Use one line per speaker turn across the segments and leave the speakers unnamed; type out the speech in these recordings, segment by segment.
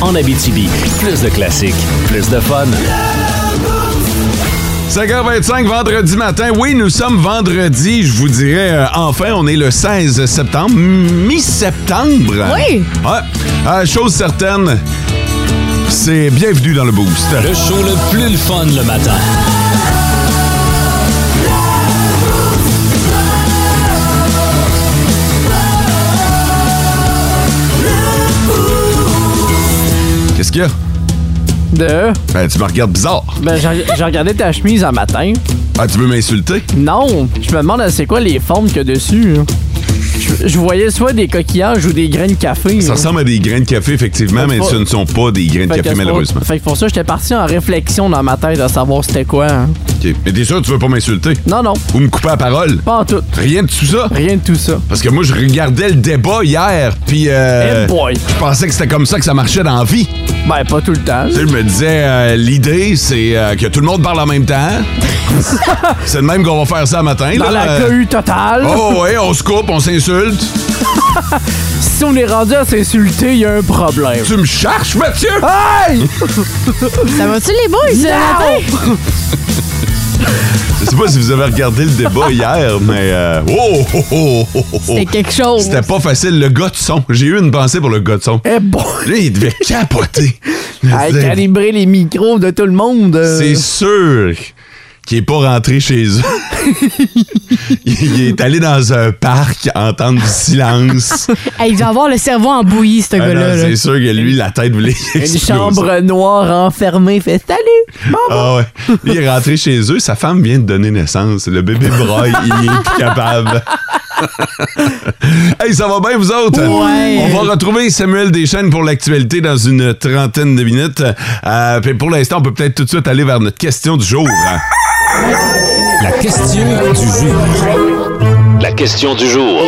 en Abitibi. Plus de classiques, plus de fun.
5h25, vendredi matin. Oui, nous sommes vendredi, je vous dirais, euh, enfin, on est le 16 septembre, mi-septembre.
Oui.
Ouais. Euh, chose certaine, c'est bienvenue dans le boost.
Le show le plus le fun le matin.
Qu'est-ce qu'il y a?
De.
Ben, tu me regardes bizarre.
Ben, j'ai j'ai regardé ta chemise un matin.
Ah, tu veux m'insulter?
Non, je me demande c'est quoi les formes qu'il y a dessus. hein. Je, je voyais soit des coquillages ou des grains de café.
Ça
hein.
ressemble à des grains de café, effectivement, mais ce ne sont pas des grains de
Fait
café,
que c'est pour-
malheureusement.
Fait que pour ça, j'étais parti en réflexion dans ma tête à savoir c'était quoi. hein.
Ok. Mais t'es sûr que tu veux pas m'insulter?
Non, non,
Ou me couper la parole?
pas en tout.
Rien de tout ça?
Rien de tout ça.
Parce que moi, je regardais le débat hier, puis euh,
Eh boy.
je pensais que c'était comme ça que ça marchait dans la vie.
Ben, pas tout le temps.
Tu sais, je me disais, euh, l'idée, c'est euh, que tout le monde parle en même temps. c'est de même qu'on va faire ça le matin.
Dans
là.
la
Euh,
cohue totale.
Oh ouais, on se coupe, on s'insulte.
Si on est rendu à s'insulter, il y a un problème.
Tu me cherches, Mathieu?
Hey!
Ça va-tu les boys ce matin?
Je sais pas si vous avez regardé le débat hier, mais... euh, oh, oh, oh, oh, oh.
C'était quelque chose.
C'était pas facile, le gars de son. J'ai eu une pensée pour le gars de son.
Eh boy!
Là, il devait capoter.
À calibrer les micros de tout le monde. euh.
C'est sûr qu'il est pas rentré chez eux. il est allé dans un parc entendre du silence.
Hey, il doit avoir le cerveau en bouillie, ce
Ah non,
gars-là. ben là.
c'est sûr que lui, la tête voulait
Une
exploser.
chambre noire enfermée fait Salut!
Ah ouais. Lui, il est rentré chez eux, sa femme vient de donner naissance. Le bébé braille, il est plus capable. hey, ça va bien, vous autres?
Ouais.
On va retrouver Samuel Deschênes pour l'actualité dans une trentaine de minutes. Euh, puis pour l'instant, on peut peut-être tout de suite aller vers notre question du jour. hein.
La question du jour. La question du jour.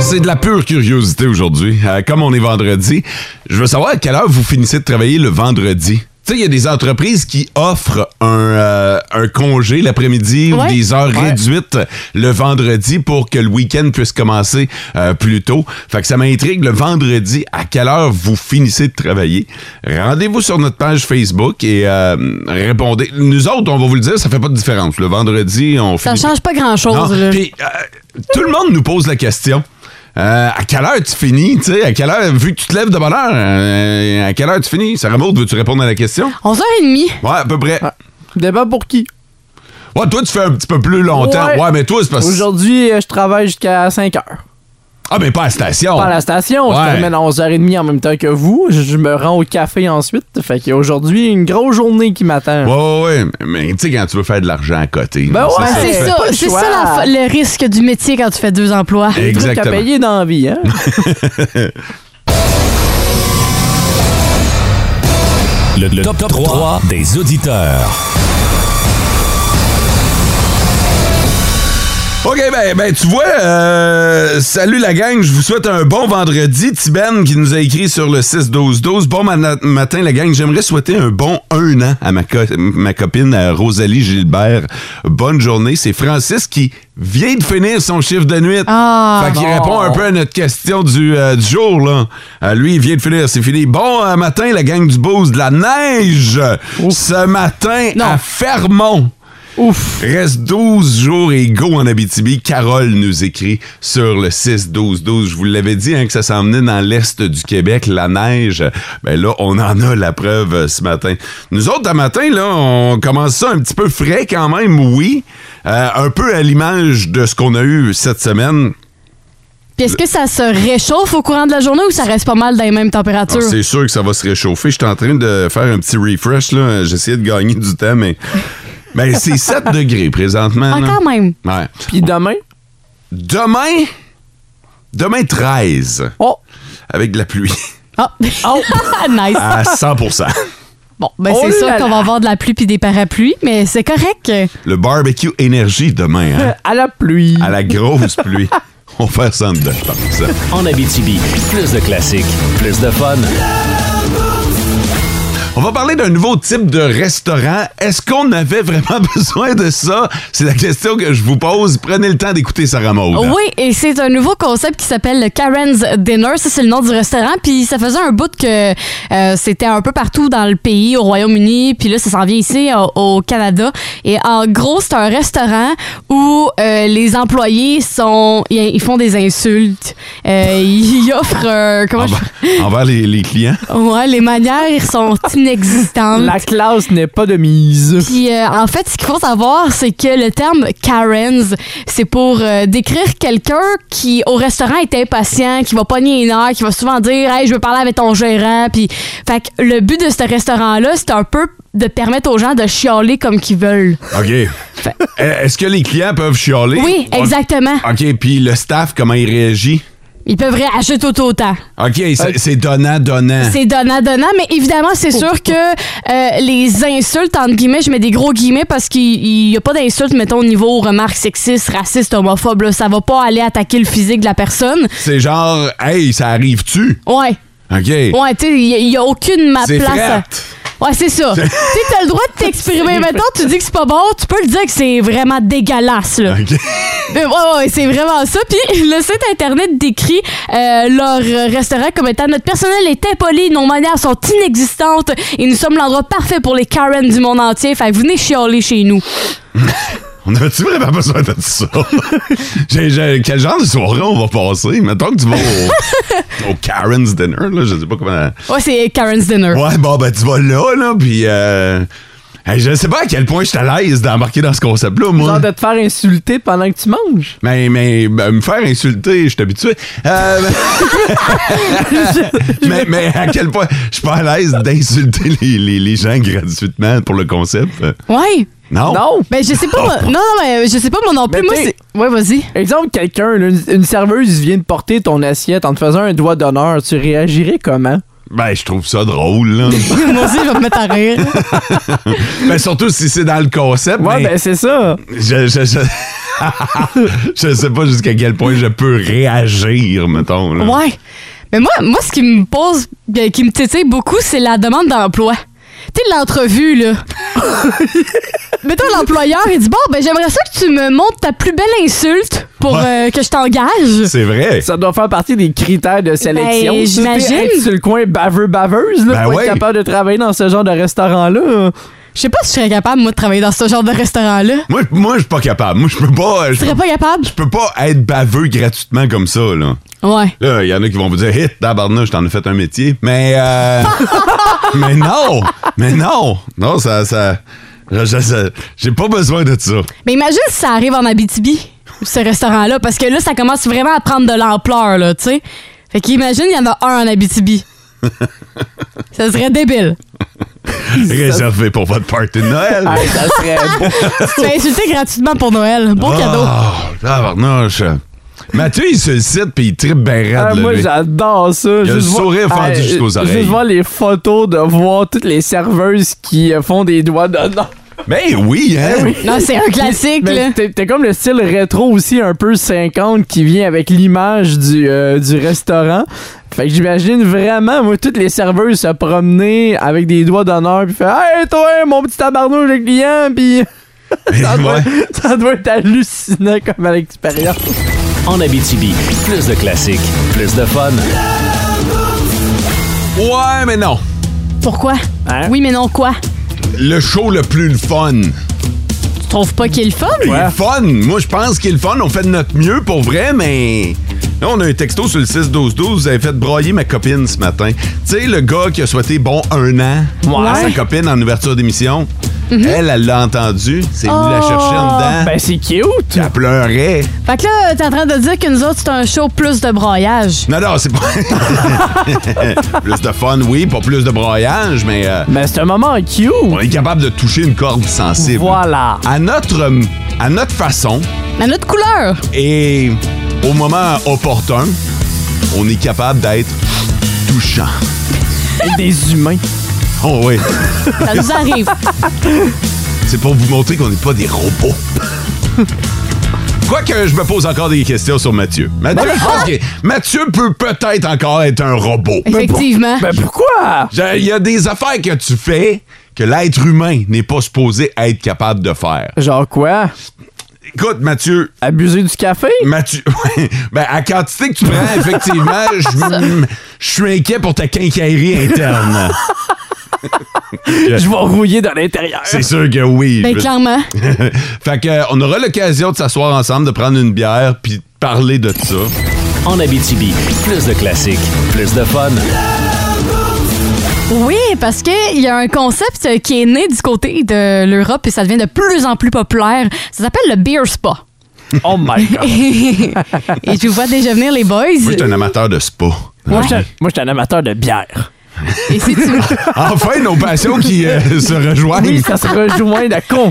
C'est de la pure curiosité aujourd'hui. Euh, comme on est vendredi, je veux savoir à quelle heure vous finissez de travailler le vendredi. Tu sais, il y a des entreprises qui offrent un, euh, un congé l'après-midi ou
Ouais.
des heures réduites le vendredi pour que le week-end puisse commencer euh, plus tôt. Fait que ça m'intrigue le vendredi à quelle heure vous finissez de travailler. Rendez-vous sur notre page Facebook et euh, répondez. Nous autres, on va vous le dire, ça fait pas de différence. Le vendredi, on
Ça
finit
change pas
non,
grand-chose. là.
puis, euh, tout le monde nous pose la question. Euh, à quelle heure tu finis? Tu sais, à quelle heure, vu que tu te lèves de bonne heure, euh, à quelle heure tu finis? Sarah Maud, veux-tu répondre à la question?
11h30.
Ouais, à peu près.
Débat pour qui?
Ouais, toi, tu fais un petit peu plus longtemps. Ouais,
Ouais.
mais toi, Ah, c'est parce que.
Aujourd'hui, euh, je travaille jusqu'à 5 heures.
Ah, mais pas à la station.
Pas à la station,
Ouais.
je termine à 11h30 en même temps que vous. Je, je me rends au café ensuite. Fait qu'aujourd'hui, une grosse journée qui m'attend.
Ouais, ouais, ouais. Mais tu sais, quand tu veux faire de l'argent à côté.
Ben
là,
ouais,
ça,
C'est
fait
ça,
pas le
c'est
choix.
ça la fa- le risque du métier quand tu fais deux emplois.
Et-
Truc
exactement.
à payer dans la vie, hein?
Le, le top, 3, des auditeurs.
OK, ben, ben tu vois, euh, salut la gang, je vous souhaite un bon vendredi. Tiben qui nous a écrit sur le 6-12-12. Bon mana- matin la gang, j'aimerais souhaiter un bon un an à ma, co- ma copine à Rosalie Gilbert. Bonne journée. C'est Francis qui vient de finir son chiffre de nuit.
Ah,
fait qu'il
bon.
répond un peu à notre question du, euh, du jour. là. Euh, lui, il vient de finir, c'est fini. Bon euh, matin la gang du Bose, de la neige ce matin
Non.
à Fermont.
Ouf!
Reste 12 jours et go en Abitibi. Carole nous écrit sur le 6-12-12. Je vous l'avais dit hein, que ça s'emmenait dans l'est du Québec, la neige. Ben là, on en a la preuve euh, ce matin. Nous autres, à matin, là, on commence ça un petit peu frais quand même, oui. Euh, un peu à l'image de ce qu'on a eu cette semaine.
Puis est-ce que ça se réchauffe au courant de la journée ou ça reste pas mal dans les mêmes
Ah,
températures?
C'est sûr que ça va se réchauffer. Je suis en train de faire un petit refresh. là. J'essayais de gagner du temps, mais... Ben, c'est 7 degrés présentement.
Ah,
là.
quand même.
Ouais.
Puis demain?
Demain, demain 13,
Oh!
avec de la pluie
Ah,
Oh!
nice.
à 100
Bon, ben
Oh
c'est sûr
là
qu'on
là.
va avoir de la pluie puis des parapluies, mais c'est correct.
Le barbecue énergie demain, hein,
à la pluie!
à la grosse pluie. On va faire ça en dedans, je pense.
En Abitibi, plus de classiques, plus de fun.
On va parler d'un nouveau type de restaurant. Est-ce qu'on avait vraiment besoin de ça? C'est la question que je vous pose. Prenez le temps d'écouter Sarah Maud.
Ah Oui, et c'est un nouveau concept qui s'appelle le Karen's Dinner. Ça, c'est le nom du restaurant. Puis ça faisait un bout que euh, c'était un peu partout dans le pays, au Royaume-Uni. Puis là, ça s'en vient ici, au, au Canada. Et en gros, c'est un restaurant où euh, les employés sont. Ils ils font des insultes. Euh, ils offrent. euh, comment
Envers,
je-
envers les, les clients.
Ouais, les manières sont inexistantes.
La classe n'est pas de mise.
Puis euh, en fait, ce qu'il faut savoir, c'est que le terme Karens, c'est pour euh, décrire quelqu'un qui au restaurant est impatient, qui va pogner une heure, qui va souvent dire "Hey, je veux parler avec ton gérant." Puis fait que le but de ce restaurant là, c'est un peu de permettre aux gens de chialer comme qu'ils veulent.
OK. Euh, Est-ce que les clients peuvent chialer?
Oui,
On- Ah.
exactement.
OK, puis le staff, comment il réagit?
Ils peuvent réagir tout autant.
OK, c'est- c'est donnant-donnant.
Euh, C'est donnant-donnant, mais évidemment, c'est sûr que euh, les insultes, entre guillemets, je mets des gros guillemets parce qu'il n'y a pas d'insultes, mettons, au niveau remarques sexistes, racistes, homophobes. là. ça va pas aller attaquer le physique de la personne.
C'est genre, hey, ça arrive-tu?
Ouais.
OK.
Ouais, tu sais, il n'y a, aucune ma
C'est
place. à-
frette.
Ouais, c'est ça. tu sais, t'as le droit de t'exprimer. Maintenant, tu dis que c'est pas bon, tu peux le dire que c'est vraiment dégueulasse, là.
OK.
Mais ouais, ouais, c'est vraiment ça. Puis le site internet décrit euh, leur euh, restaurant comme étant notre personnel est impoli, nos manières sont inexistantes et nous sommes l'endroit parfait pour les Karen du monde entier. Fait que venez chialer chez nous.
On avait-tu vraiment besoin de ça? J'ai- j'ai- quel genre de soirée on va passer? Mettons que tu vas au, au Karen's Dinner, là, je sais pas comment...
Ouais, c'est Karen's Dinner.
Ouais, bon, ben tu vas là, là, puis... euh, hey, je sais pas à quel point je suis à l'aise d'embarquer dans ce concept-là, moi.
Genre de te faire insulter pendant que tu manges.
Mais, mais ben, me faire insulter, je suis habitué. Euh, mais, mais à quel point je suis pas à l'aise d'insulter les, les- les gens gratuitement pour le concept? Euh,
Ouais.
Non?
Non!
Ben, je sais pas. moi- Non, non, mais je sais pas, moi non plus.
Oh, Mais
Moi,
t'es-
c'est- Ouais, vas-y.
Exemple, quelqu'un, là, une, une serveuse vient de porter ton assiette en te faisant un doigt d'honneur, tu réagirais comment?
Ben, je trouve ça drôle, là.
moi aussi, je vais me mettre à rire.
ben, surtout si c'est dans le concept.
Ouais,
mais-
ben c'est ça.
Je, je, je... je sais pas jusqu'à quel point je peux réagir, mettons. là.
Ouais. Mais moi, moi ce qui me pose, bien, qui me tétille beaucoup, c'est la demande d'emploi. Tu sais, l'entrevue, là. Mettons, l'employeur, il dit Bon, ben, j'aimerais ça que tu me montres ta plus belle insulte pour
Ouais.
euh, que je t'engage.
C'est vrai.
Ça doit faire partie des critères de sélection.
Ben,
Tu sais,
j'imagine.
être sur le coin baveux-baveuse, là,
Ben
pour
ouais.
être capable de travailler dans ce genre de restaurant-là.
Je sais pas si je serais capable, moi, de travailler dans ce genre de restaurant-là.
Moi, moi je suis pas capable. Moi, je peux pas. Je
Tu serais pas capable
je peux pas être baveux gratuitement comme ça, là.
Ouais.
Là, il y en a qui vont vous dire, hit, tabarnouche, t'en as fait un métier. Mais, euh, mais non! Mais non! Non, ça. ça... je- je- je- J'ai pas besoin de ça.
Mais imagine si ça arrive en Abitibi, ce restaurant-là, parce que là, ça commence vraiment à prendre de l'ampleur, là, tu sais. Fait qu'imagine, il y en a un en Abitibi. ça serait débile.
Réservé pour votre party de Noël.
Hey, ça serait beau.
Tu vas insulter gratuitement pour Noël. Beau
Ah.
cadeau.
Oh, tabarnouche. Mathieu, il se le cite puis il tripe ben
Ah,
raide. là,
moi,
lui.
j'adore ça. Ah,
Il y a le sourire fendu jusqu'aux oreilles.
Juste voir les photos de voir toutes les serveuses qui euh, font des doigts d'honneur.
Ben oui, hein?
Non, c'est un classique, là.
Mais T'es t'es comme le style rétro aussi, un peu 50, qui vient avec l'image du, euh, du restaurant. Fait que j'imagine vraiment, moi, toutes les serveuses se promener avec des doigts d'honneur, puis faire Hey, toi, mon petit tabarnouche, le client, puis ça, doit-
Ben Ouais.
ça doit être hallucinant comme à l'expérience.
En Abitibi, plus de classiques, plus de fun.
Ouais, mais non.
Pourquoi?
Hein?
Oui, mais non, quoi?
Le show le plus le fun.
Tu trouves pas qu'il est le fun?
Il est fun. Moi, je pense qu'il est le fun. On fait de notre mieux pour vrai, mais. Là, on a un texto sur le 6-12-12. Vous avez fait broyer ma copine ce matin. Tu sais, le gars qui a souhaité bon un an à sa copine en ouverture d'émission.
Mhm.
Elle, elle l'a entendu. C'est venu la
Oh.
chercher en dedans.
Ben, c'est cute!
elle pleurait.
Fait que là, t'es en train de dire que nous autres, c'est un show plus de broyage.
Non, non, c'est pas. plus de fun, oui, pas plus de broyage, mais euh,
Mais c'est un moment cute!
on est capable de toucher une corde sensible.
Voilà!
À notre, euh, à notre façon,
Mais notre couleur!
Et au moment opportun, on est capable d'être touchant.
Des humains.
Oh oui,
Ça nous
Ben,
arrive.
c'est pour vous montrer qu'on n'est pas des robots. Quoique, je me pose encore des questions sur Mathieu. Mathieu, je pense que Mathieu peut peut-être encore être un robot.
Effectivement.
Mais Ben, pourquoi?
Je- Il y a des affaires que tu fais que l'être humain n'est pas supposé être capable de faire.
Genre quoi?
Écoute, Mathieu,
Abuser du café?
Mathieu, ouais, ben, à quantité que tu prends, effectivement, je m- je suis inquiet pour ta quincaillerie interne.
Je vais rouiller dans l'intérieur.
C'est sûr que oui.
Ben,
Je-
clairement.
fait que, euh, on aura l'occasion de s'asseoir ensemble, de prendre une bière, puis de parler de ça.
En Abitibi, plus de classiques, plus de fun.
Oui, parce qu'il y a un concept euh, qui est né du côté de l'Europe et ça devient de plus en plus populaire. Ça s'appelle le beer spa.
Oh my god.
et je vous vois déjà venir, les boys.
Moi, je suis un amateur de spa.
Moi, je suis un amateur de bière.
Et si tu-
Enfin, nos passions qui euh, se rejoignent.
Oui, ça se rejoint de con.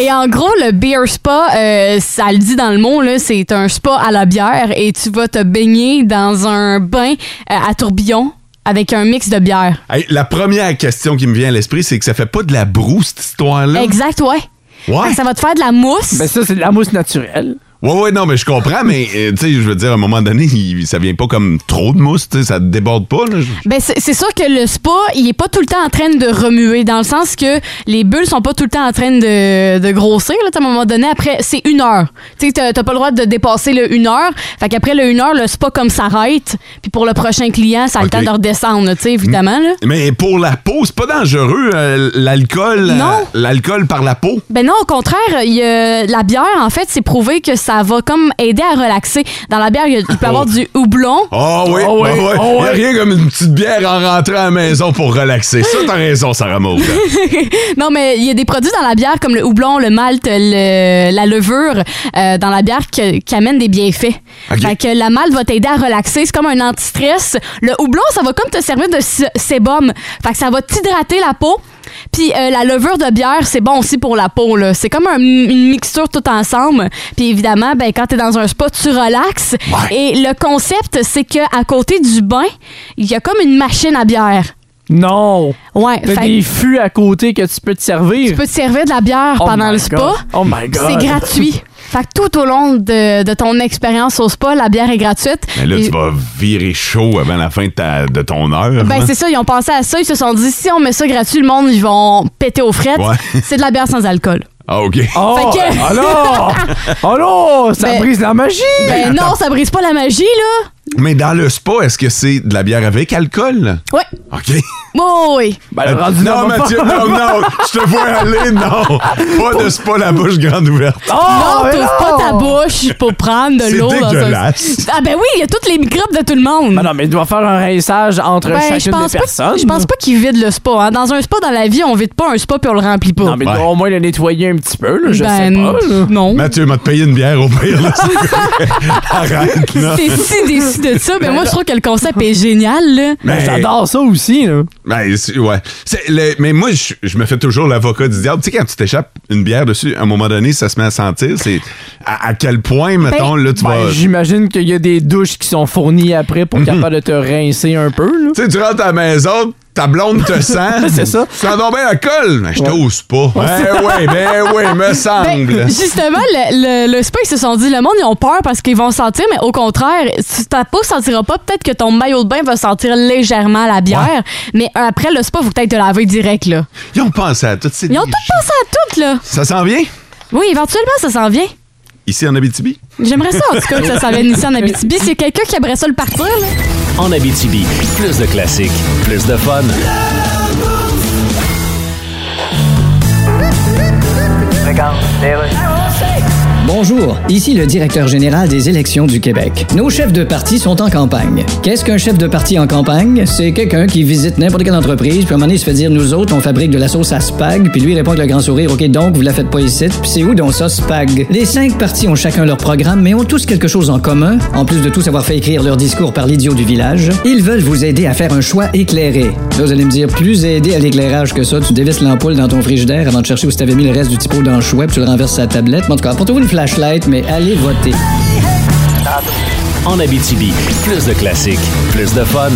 Et en gros, le beer spa, euh, ça le dit dans le mot, là, c'est un spa à la bière et tu vas te baigner dans un bain euh, à tourbillon avec un mix de bière.
Hey, la première question qui me vient à l'esprit, c'est que ça fait pas de la broue, cette histoire-là.
Exact, ouais. Fait
Ouais.
que Ça va te faire de la mousse.
Ben ça, c'est de la mousse naturelle.
ouais, ouais, non, mais je comprends, mais euh, tu sais, je veux dire, à un moment donné, il- ça vient pas comme trop de mousse, tu sais, ça déborde pas. là. Je-
Ben c'est c'est sûr que le spa, il est pas tout le temps en train de remuer, dans le sens que les bulles sont pas tout le temps en train de, de grossir. Là, à un moment donné, après, c'est une heure. Tu sais, t'as t'as pas le droit de dépasser le une heure. Fait qu'après le une heure, le spa comme s'arrête. Puis pour le prochain client, ça a
Ok.
le temps de redescendre, là, tu sais, évidemment. Là.
Mais pour la peau, c'est pas dangereux, euh, l'alcool. euh,
Non.
l'alcool par la peau.
Ben non, au contraire, il y a- la bière, en fait, c'est prouvé que ça va comme aider à relaxer. Dans la bière, il y a- il peut y avoir du houblon.
Ah oui,
Oh oui,
ah oui.
oh
Il y a
oui.
rien comme une petite bière en rentrant à la maison pour relaxer. Ça, t'as raison, Sarah Maud.
Non, mais il y a des produits dans la bière comme le houblon, le malt, le- la levure euh, dans la bière que- qui amènent des bienfaits.
Ok.
Fait que la malt va t'aider à relaxer. C'est comme un anti-stress. Le houblon, ça va comme te servir de sé- sébum. Fait que ça va t'hydrater la peau. Puis euh, la levure de bière, c'est bon aussi pour la peau. là. C'est comme un- une mixture tout ensemble. Puis évidemment, ben, quand t'es dans un spa, tu relaxes.
Ouais.
Et le concept, c'est que à côté du bain, il y a comme une machine à bière.
Non.
Ouais,
T'as
fait que
des fûts à côté que tu peux te servir.
tu peux te servir de la bière
Oh
pendant
my
le spa.
God. Oh my god.
C'est gratuit. Fait que tout au long de, de ton expérience au spa, la bière est gratuite.
Mais là,
Et-
tu vas virer chaud avant la fin de, ta- de ton heure.
ben
hein?
c'est ça, ils ont pensé à ça, ils se sont dit si on met ça gratuit, le monde ils vont péter aux frettes.
Ouais.
C'est de la bière sans alcool.
Ah, OK.
Oh,
Fait que-
oh non! Oh non! Ça
Ben-
brise la magie!
Ben non, ça brise pas la magie là.
Mais dans le spa, est-ce que c'est de la bière avec alcool?
Ouais.
OK.
Oh, oui.
Ben, le rendu là,
Euh, non,
on va
Mathieu,
pas-
non, non, je te vois aller, non. Pas de spa la bouche grande ouverte.
Oh,
non,
mais
t'ouvres pas
non!
ta bouche pour prendre
C'est
de l'eau. dans un-
dégueulasse.
Ah ben oui, il y a tous les microbes de tout le monde.
Ben non, mais il doit faire un rinçage entre
Ben, je
chacune
pense
des
pas,
personnes.
je pense pas qu'ils vident le spa. hein. Dans un spa dans la vie, on vide pas un spa puis on le remplit pas.
Non, mais il doit
Ouais.
au moins le nettoyer un petit peu, là, je
Ben,
sais pas. là.
non.
Mathieu m'a te payé une bière au pire. Là. Arrête, là.
T'es si déçu de ça, mais moi, je trouve que le concept est génial, là.
Mais-
J'adore ça aussi, là.
Ben, c'est- ouais. C'est le- mais moi, je, je me fais toujours l'avocat du diable. Tu sais, quand tu t'échappes une bière dessus, à un moment donné, ça se met à sentir. C'est à, à quel point, mettons, là, tu
Ben,
vas. Tu
J'imagine qu'il y a des douches qui sont fournies après
Mhm.
pour être capable de te rincer un peu, là.
sais, tu rentres à la maison, ta blonde te sent.
C'est ça.
Tu t'endors bien la colle. Ben, je
Ouais.
t'ose pas. Ben, ouais, ben, ouais, me
Ben,
semble.
justement, le, le, le spa, ils se sont dit, le monde, ils ont peur parce qu'ils vont sentir, mais au contraire, si ta peau sentira pas, peut-être que ton maillot de bain va sentir légèrement la bière, mais après le spa, faut peut-être te laver direct, là.
Ils ont pensé à tout. c'est-
Ils ont tout pensé à tout, là.
Ça s'en vient?
Oui, éventuellement, ça s'en vient.
Ici en Abitibi?
J'aimerais ça, en tout cas, que ça s'en vienne ici en Abitibi. C'est quelqu'un qui aimerait ça le partir, là.
En Abitibi, plus de classiques, plus de fun.
Bonjour, ici le directeur général des élections du Québec. Nos chefs de parti sont en campagne. Qu'est-ce qu'un chef de parti en campagne? C'est quelqu'un qui visite n'importe quelle entreprise, puis à un moment donné, il se fait dire, nous autres, on fabrique de la sauce à spag, puis lui il répond avec le grand sourire, OK, donc, vous la faites pas ici, puis c'est où donc ça, spag? Les cinq partis ont chacun leur programme, mais ont tous quelque chose en commun, en plus de tous avoir fait écrire leur discours par l'idiot du village. Ils veulent vous aider à faire un choix éclairé. Là, vous allez me dire, plus aider à l'éclairage que ça, tu dévisses l'ampoule dans ton frigidaire avant de chercher où tu avais mis le reste du typo dans le chouette, puis tu le renverses sa tablette. Mais En tout cas, apportez-vous une flashlight, mais allez voter.
En Abitibi, plus de classiques, plus de fun.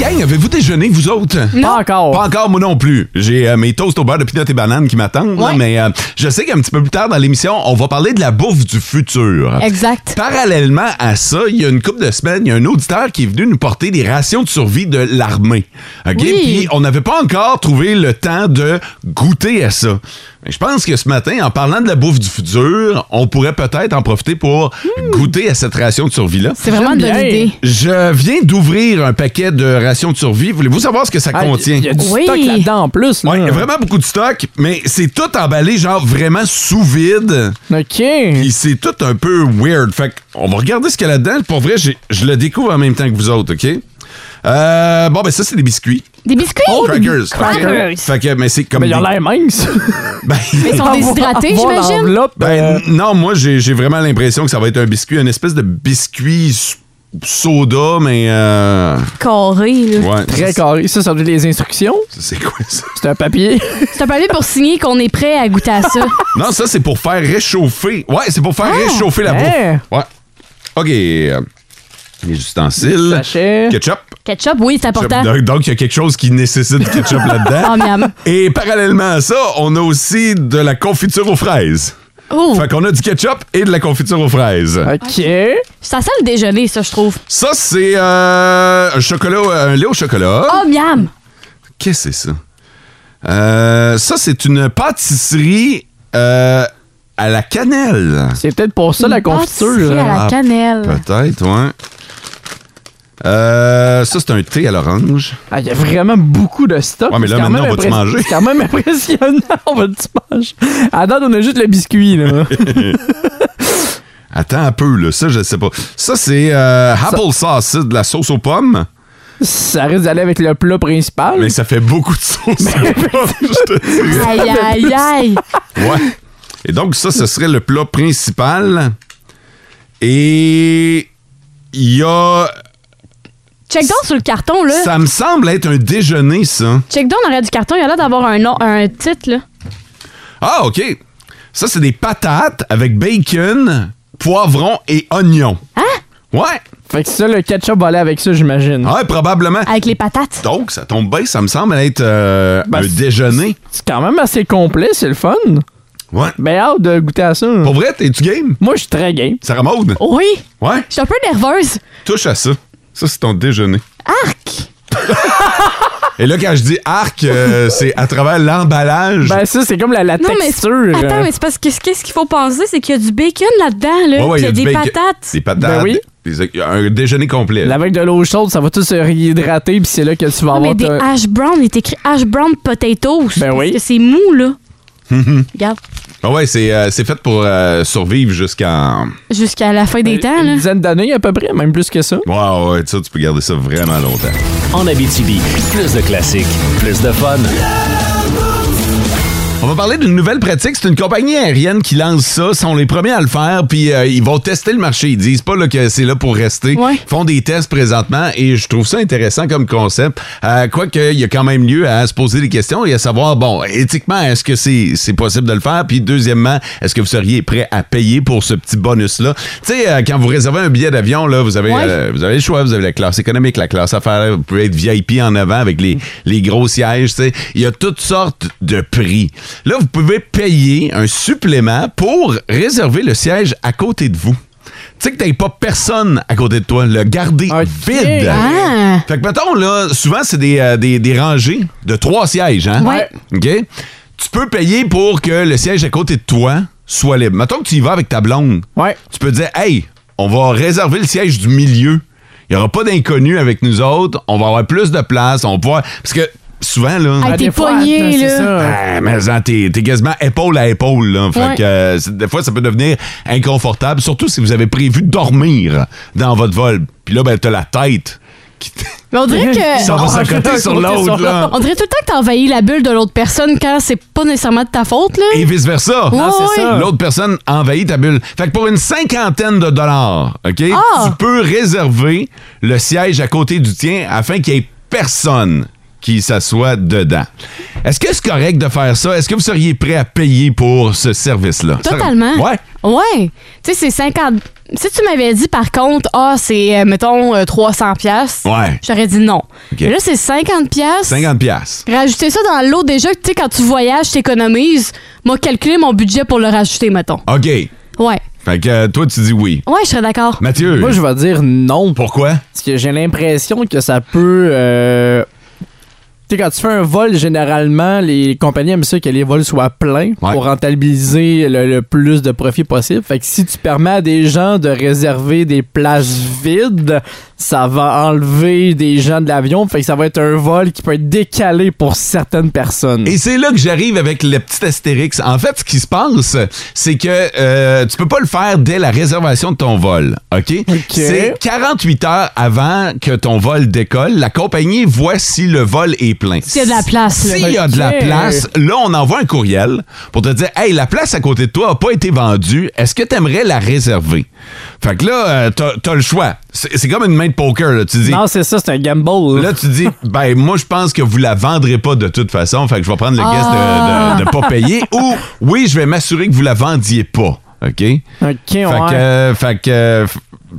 gang, avez-vous déjeuné, vous autres?
Pas encore.
Pas encore, moi non plus. J'ai euh, mes toasts au beurre de peanut et banane qui m'attendent, là,
Ouais.
mais euh, je sais qu'un petit peu plus tard dans l'émission, on va parler de la bouffe du futur.
Exact.
Parallèlement à ça, il y a une couple de semaines, il y a un auditeur qui est venu nous porter des rations de survie de l'armée. OK?
Oui.
Puis on n'avait pas encore trouvé le temps de goûter à ça. Mais je pense que ce matin, en parlant de la bouffe du futur, on pourrait peut-être en profiter pour
Hmm.
goûter à cette ration de survie-là.
C'est vraiment une bonne
J'aime bien.
idée.
Je viens d'ouvrir un paquet de rations de survie. Voulez-vous savoir ce que ça
Ah,
contient?
Il y a du
Oui.
stock là-dedans en plus.
Ouais, il y
là.
a vraiment beaucoup de stock, mais c'est tout emballé, genre vraiment sous vide.
OK.
Puis c'est tout un peu weird. Fait on va regarder ce qu'il y a là-dedans. Pour vrai, j'ai- je le découvre en même temps que vous autres, OK? Euh, bon, ben ça, c'est des biscuits.
Des biscuits?
Oh,
crackers.
crackers.
OK? Fait que, mais c'est comme.
Mais il a
des-
l'air mince.
Ben,
Ils sont déshydratés,
Avoir
j'imagine.
l'enveloppe,
ben,
euh,
non, moi, j'ai j'ai vraiment l'impression que ça va être un biscuit, une espèce de biscuit s- soda, mais. euh,
Carré, là.
ouais.
Très
Ça,
carré. Ça, ça veut dire les instructions.
C'est quoi ça?
C'est un papier.
C'est un papier pour signer qu'on est prêt à goûter à ça.
Non, ça, c'est pour faire réchauffer. Ouais, c'est pour faire réchauffer la
Hein?
bouffe. Ouais. OK. euh, Les ustensiles.
Sachet.
Ketchup.
Ketchup, oui, c'est important.
Donc, donc, il y a quelque chose qui nécessite du ketchup là-dedans.
Oh, miam.
Et parallèlement à ça, on a aussi de la confiture aux fraises.
Oh,
Fait qu'on a du ketchup et de la confiture aux fraises.
OK.
ça sent le déjeuner, ça, je trouve.
Ça, c'est euh, un chocolat, un lait au chocolat.
Oh, miam.
Qu'est-ce que c'est ça? Euh, ça, c'est une pâtisserie euh, à la cannelle.
C'est peut-être pour ça la
Une pâtisserie
confiture. euh,
à la
Ah,
cannelle.
Peut-être, ouais. Euh, ça, c'est un thé à l'orange.
Ah, Il y a vraiment beaucoup de stock.
Ouais, mais là,
C'est quand
maintenant,
même
on va-tu
impress-
manger?
C'est quand même impressionnant. on va-tu manger? À date, on a juste le biscuit, là.
Attends un peu, là. Ça, je sais pas. Ça, c'est euh, apple sauce, ça, de la sauce aux pommes.
ça risque d'aller avec le plat principal.
Mais ça fait beaucoup de sauce aux pommes, je te dis.
Aïe, aïe, aïe.
Ouais. Et donc, ça, ce serait le plat principal. Et il y a...
Check down sur le carton, là.
Ça me semble être un déjeuner, ça.
Check down en arrière du carton, il y a l'air d'avoir un, nom- un titre, là.
Ah, OK. Ça, c'est des patates avec bacon, poivron et oignon. Hein? Ouais.
Fait que ça, le ketchup va aller avec ça, j'imagine.
Ouais, probablement.
Avec les patates.
Donc, ça tombe bien, ça me semble être euh,
Ben,
un
c'est-
déjeuner.
C'est quand même assez complet, c'est le fun.
Ouais.
Ben, hâte de goûter à ça.
Pour vrai, t'es-tu game?
Moi, je suis très game.
Sarah Maud?
Oh.
Oui.
Ouais?
Je suis un peu nerveuse.
Touche à ça. Ça, c'est ton déjeuner.
Arc.
Et là, quand je dis arc, euh, c'est à travers l'emballage.
Ben, ça, c'est comme la, la
Non, mais. c'est-
texture. euh,
Attends, mais c'est parce que ce- qu'est-ce qu'il faut penser, c'est qu'il y a du bacon là-dedans, là.
Ouais, ouais,
puis il y a,
du
des
bacon,
patates.
Des patates.
Ben oui.
des- il y a un déjeuner complet.
Là, avec de l'eau chaude, ça va tout se réhydrater, puis c'est là que tu vas
Ah, mais
avoir
des
ta-
hash brown, il est écrit hash brown potatoes.
euh, Ben
parce
oui.
que c'est mou, là. Regarde.
Ah ouais, c'est euh, c'est fait pour euh, survivre jusqu'en.
Jusqu'à la
Ben,
fin des temps, là.
une dizaine d'années à peu près, même plus que ça.
Ouais, ouais, ça, tu peux garder ça vraiment longtemps.
En Abitibi, plus de classiques, plus de fun.
On va parler d'une nouvelle pratique. C'est une compagnie aérienne qui lance ça. Ils sont les premiers à le faire. Puis euh, ils vont tester le marché. Ils disent pas là, que c'est là pour rester.
Ouais.
Ils font des tests présentement et je trouve ça intéressant comme concept. Euh, Quoique, il y a quand même lieu à se poser des questions et à savoir, bon, éthiquement, est-ce que c'est c'est possible de le faire? Puis deuxièmement, est-ce que vous seriez prêt à payer pour ce petit bonus-là? Tu sais, euh, quand vous réservez un billet d'avion, là, vous avez,
Ouais.
euh, vous avez le choix. Vous avez la classe économique, la classe affaires. Vous pouvez être VIP en avant avec les, les gros sièges. tu sais. Il y a toutes sortes de prix. Là, vous pouvez payer un supplément pour réserver le siège à côté de vous. Tu sais que t'as pas personne à côté de toi. Le garder
Ok.
vide.
Ah.
Fait que mettons, là, souvent, c'est des, euh, des, des rangées de trois sièges, hein?
Ouais.
OK? Tu peux payer pour que le siège à côté de toi soit libre. Mettons que tu y vas avec ta blonde.
Ouais.
Tu peux dire, hey, on va réserver le siège du milieu. Il n'y aura pas d'inconnu avec nous autres. On va avoir plus de place. On va pouvoir. Parce que souvent, là.
Ah,
Ah,
t'es
des fois,
pogné,
attends,
là.
c'est ça.
Ah, mais hein, t'es t'es quasiment épaule à épaule. Là. Fait
Ouais.
que, euh, c'est- des fois, ça peut devenir inconfortable, surtout si vous avez prévu de dormir dans votre vol. Puis là, ben, t'as la tête qui t-
Mais on dirait que.
ça va
Ah,
s'accoter
je
sur
vais
l'autre.
sur
là.
On dirait tout le temps que t'envahis la bulle de l'autre personne quand c'est pas nécessairement de ta faute, là.
Et vice-versa.
Ouais,
c'est
ouais.
ça.
L'autre personne envahit ta bulle. Fait que pour une cinquantaine de dollars, OK,
Ah!
tu peux réserver le siège à côté du tien afin qu'il n'y ait personne qui s'assoit dedans. Est-ce que c'est correct de faire ça? Est-ce que vous seriez prêt à payer pour ce service-là?
Totalement.
Ouais.
Ouais. Tu sais, c'est 50. Si tu m'avais dit, par contre, ah, c'est, euh, mettons, euh, 300$, piastres,
Ouais.
j'aurais dit non.
Ok.
Mais là, c'est 50$. piastres.
50 pièces.
Rajouter ça dans l'eau, déjà, tu sais, quand tu voyages, t'économises. Moi, calculer mon budget pour le rajouter, mettons.
OK.
Ouais.
Fait que euh, toi, tu dis oui.
Ouais, je serais d'accord.
Mathieu,
Moi, je vais dire non.
pourquoi?
Parce que j'ai l'impression que ça peut. euh, Tu sais, quand tu fais un vol, généralement, les compagnies aiment ça que les vols soient pleins
Ouais.
pour rentabiliser le, le plus de profit possible. Fait que si tu permets à des gens de réserver des places vides, ça va enlever des gens de l'avion. Fait que ça va être un vol qui peut être décalé pour certaines personnes.
Et c'est là que j'arrive avec le petit astérix. En fait, ce qui se passe, c'est que euh, tu peux pas le faire dès la réservation de ton vol, OK? C'est 48 heures avant que ton vol décolle, la compagnie voit si le vol est plein.
S'il y a de la place, là.
S'il y a de la
OK.
place, là, on envoie un courriel pour te dire Hey, la place à côté de toi n'a pas été vendue. Est-ce que tu aimerais la réserver? Fait que là, euh, t'as t'as le choix. C'est c'est comme une main de poker. Là. Tu dis
Non, c'est ça, c'est un gamble.
Là, tu dis, ben, moi, je pense que vous la vendrez pas de toute façon, fait que je vais prendre le guess
Ah.
de, de, de pas payer, ou oui, je vais m'assurer que vous la vendiez pas, OK?
OK,
Fait
ouais.
que, euh, fait que, euh, f-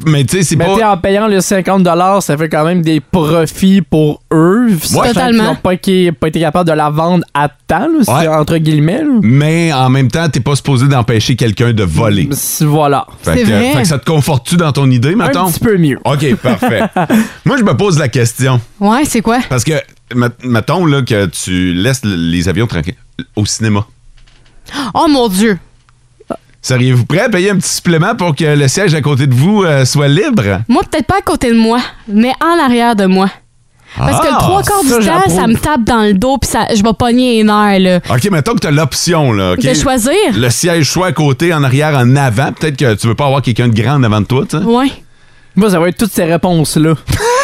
mais tu sais, c'est
Mais
pas...
t'sais, en payant les 50 ça fait quand même des profits pour eux. sachant
Totalement.
qu'ils ont pas, qui- pas été capables de la vendre à temps, là, si-
Ouais.
entre guillemets. là.
Mais en même temps, t'es pas supposé d'empêcher quelqu'un de voler.
Si- Voilà.
Fait
C'est
que,
vrai.
fait que ça te conforte-tu dans ton idée, mettons?
Un petit peu mieux.
OK, parfait. Moi, je me pose la question.
Ouais, c'est quoi?
Parce que, met- mettons là, que tu laisses l- les avions tranquilles au cinéma.
Oh mon Dieu.
Seriez-vous prêt à payer un petit supplément pour que le siège à côté de vous euh, soit libre?
Moi, peut-être pas à côté de moi, mais en arrière de moi. Parce que
Ah!
le trois quarts
ça,
du temps,
j'approuve.
ça me tape dans le dos, puis ça, je vais pogner les nerfs, là.
OK, mettons que tu as l'option, là. OK?
De choisir?
Le siège soit à côté, en arrière, en avant. Peut-être que tu veux pas avoir quelqu'un de grand en avant de toi, tu sais.
Ouais.
Moi, ça va être toutes ces réponses-là.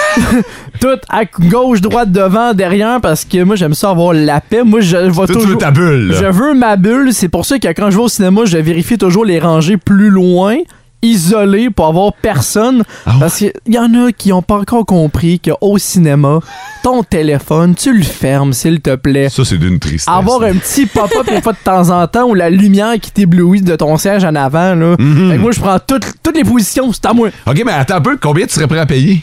toutes à gauche, droite, devant, derrière, parce que moi, j'aime ça avoir la paix. Moi, je vais
Toi, tu veux
toujours.
ta bulle, là.
Je veux ma bulle. C'est pour ça que quand je vais au cinéma, je vérifie toujours les rangées plus loin, isolées, pour avoir personne.
Ah ouais?
Parce qu'il y en a qui ont pas encore compris qu'au cinéma, ton téléphone, tu le fermes, s'il te plaît.
Ça, c'est d'une tristesse.
Avoir un petit pop-up une fois de temps en temps ou la lumière qui t'éblouit de ton siège en avant, là.
Mhm.
Fait que moi, je prends toutes, toutes les positions, c'est à moi.
OK, mais attends un peu. Combien tu serais prêt à payer?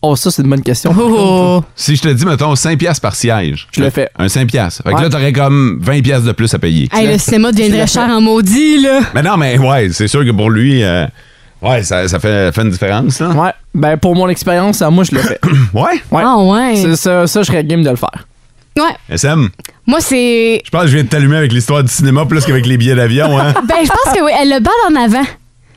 Oh, ça, c'est une bonne question.
Oh.
Si je te dis, mettons, 5 piastres par siège.
Je le fais.
Un 5 piastres. Fait que
Ouais.
là, t'aurais comme 20 piastres de plus à payer.
Hey, le cinéma deviendrait cher en maudit, là.
Mais non, mais ouais, c'est sûr que pour lui, euh, ouais, ça, ça fait, fait une différence, là.
Ouais, ben pour mon expérience, à moi, je le fais.
Ouais?
Ouais.
Ah ouais.
C'est ça, ça, je serais game de le faire.
Ouais.
SM,
Moi, c'est.
je pense que je viens de t'allumer avec l'histoire du cinéma plus qu'avec les billets d'avion, hein.
Ben, je pense que oui. Elle le balle en avant.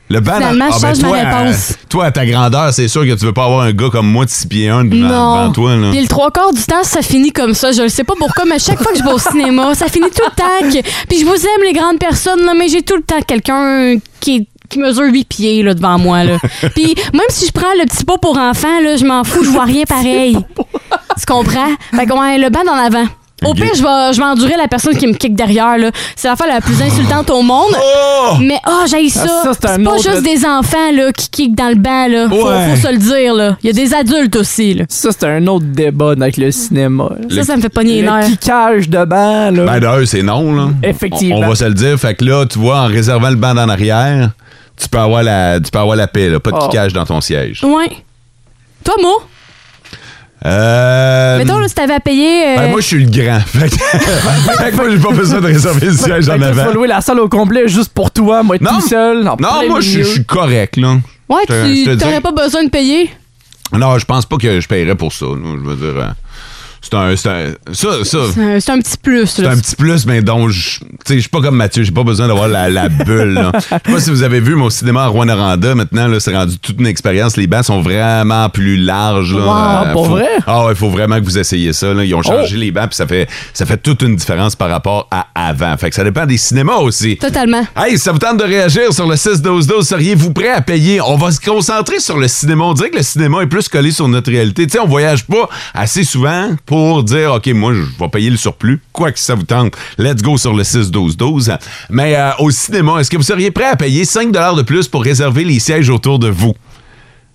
Le ban
Finalement, je change ma
toi,
réponse.
euh, toi, à ta grandeur, c'est sûr que tu veux pas avoir un gars comme moi de 6 pieds 1 devant,
Non.
devant Ben, toi. Là.
Puis le trois quarts du temps, ça finit comme ça. Je le sais pas pourquoi, mais chaque fois que je vais au cinéma, ça finit tout le temps. que- Puis je vous aime, les grandes personnes, là, mais j'ai tout le temps quelqu'un qui est- qui mesure 8 pieds là, devant moi. Là. Puis même si je prends le petit pot pour enfant, là, je m'en fous, je vois rien pareil. tu comprends? Fait que, ouais, le banc en avant. Au
Ok.
pire, je vais, je vais endurer la personne qui me kick derrière. là. C'est la fois la plus insultante au monde.
Oh!
Mais oh, j'ai ça.
Ah, ça, c'est
c'est pas
un autre-
juste des enfants là, qui kickent dans le banc. Là. Faut,
Ouais.
faut se le dire. là. Il y a des adultes aussi. Là.
Ça, c'est un autre débat avec le cinéma. là.
Ça, ça me fait pogner les nerfs.
Le kickage de banc, là.
Ben, d'un, c'est non, là.
Effectivement.
On, on va se le dire. Fait que là, tu vois, en réservant le banc en arrière, tu peux avoir la, tu peux avoir la paix, là. Pas de
Oh.
kickage dans ton siège.
Ouais. Toi, Mo,
Euh.
mettons, là, si t'avais à payer. euh,
ben, moi, je suis le grand. Fait que, fait que moi, j'ai pas besoin de réserver le siège
Fait
en
que tu
avant.
vas louer la salle au complet juste pour toi, moi
Non.
tout seul. en
Non,
plein
moi, je
milieu.
je suis correct, là.
ouais,
je te- je te
tu
dirais-
t'aurais pas besoin de payer.
Non, je pense pas que je paierais pour ça. là. Je veux dire, euh, c'est un, c'est un- ça, ça,
C'est un- c'est un petit plus.
C'est
là.
un petit plus, mais dont je. Tu sais, je suis pas comme Mathieu, j'ai pas besoin d'avoir la, la bulle. là. Je sais pas si vous avez vu mon cinéma à Rwanda. Maintenant, là, c'est rendu toute une expérience. Les bancs sont vraiment plus larges. Là.
Wow, pour
faut-
vrai? Oh!
Ah ouais, faut vraiment que vous essayiez ça. Là. Ils ont changé les bancs, puis ça fait, ça fait toute une différence par rapport à avant. Fait que ça dépend des cinémas aussi.
Totalement.
Hey, si ça vous tente de réagir sur le 6-12-12, seriez-vous prêt à payer? On va se concentrer sur le cinéma. On dirait que le cinéma est plus collé sur notre réalité. Tu sais, on voyage pas assez souvent pour dire, OK, moi, je vais payer le surplus. Quoi que ça vous tente, let's go sur le 6-12-12. Mais euh, au cinéma, est-ce que vous seriez prêt à payer 5 de plus pour réserver les sièges autour de vous?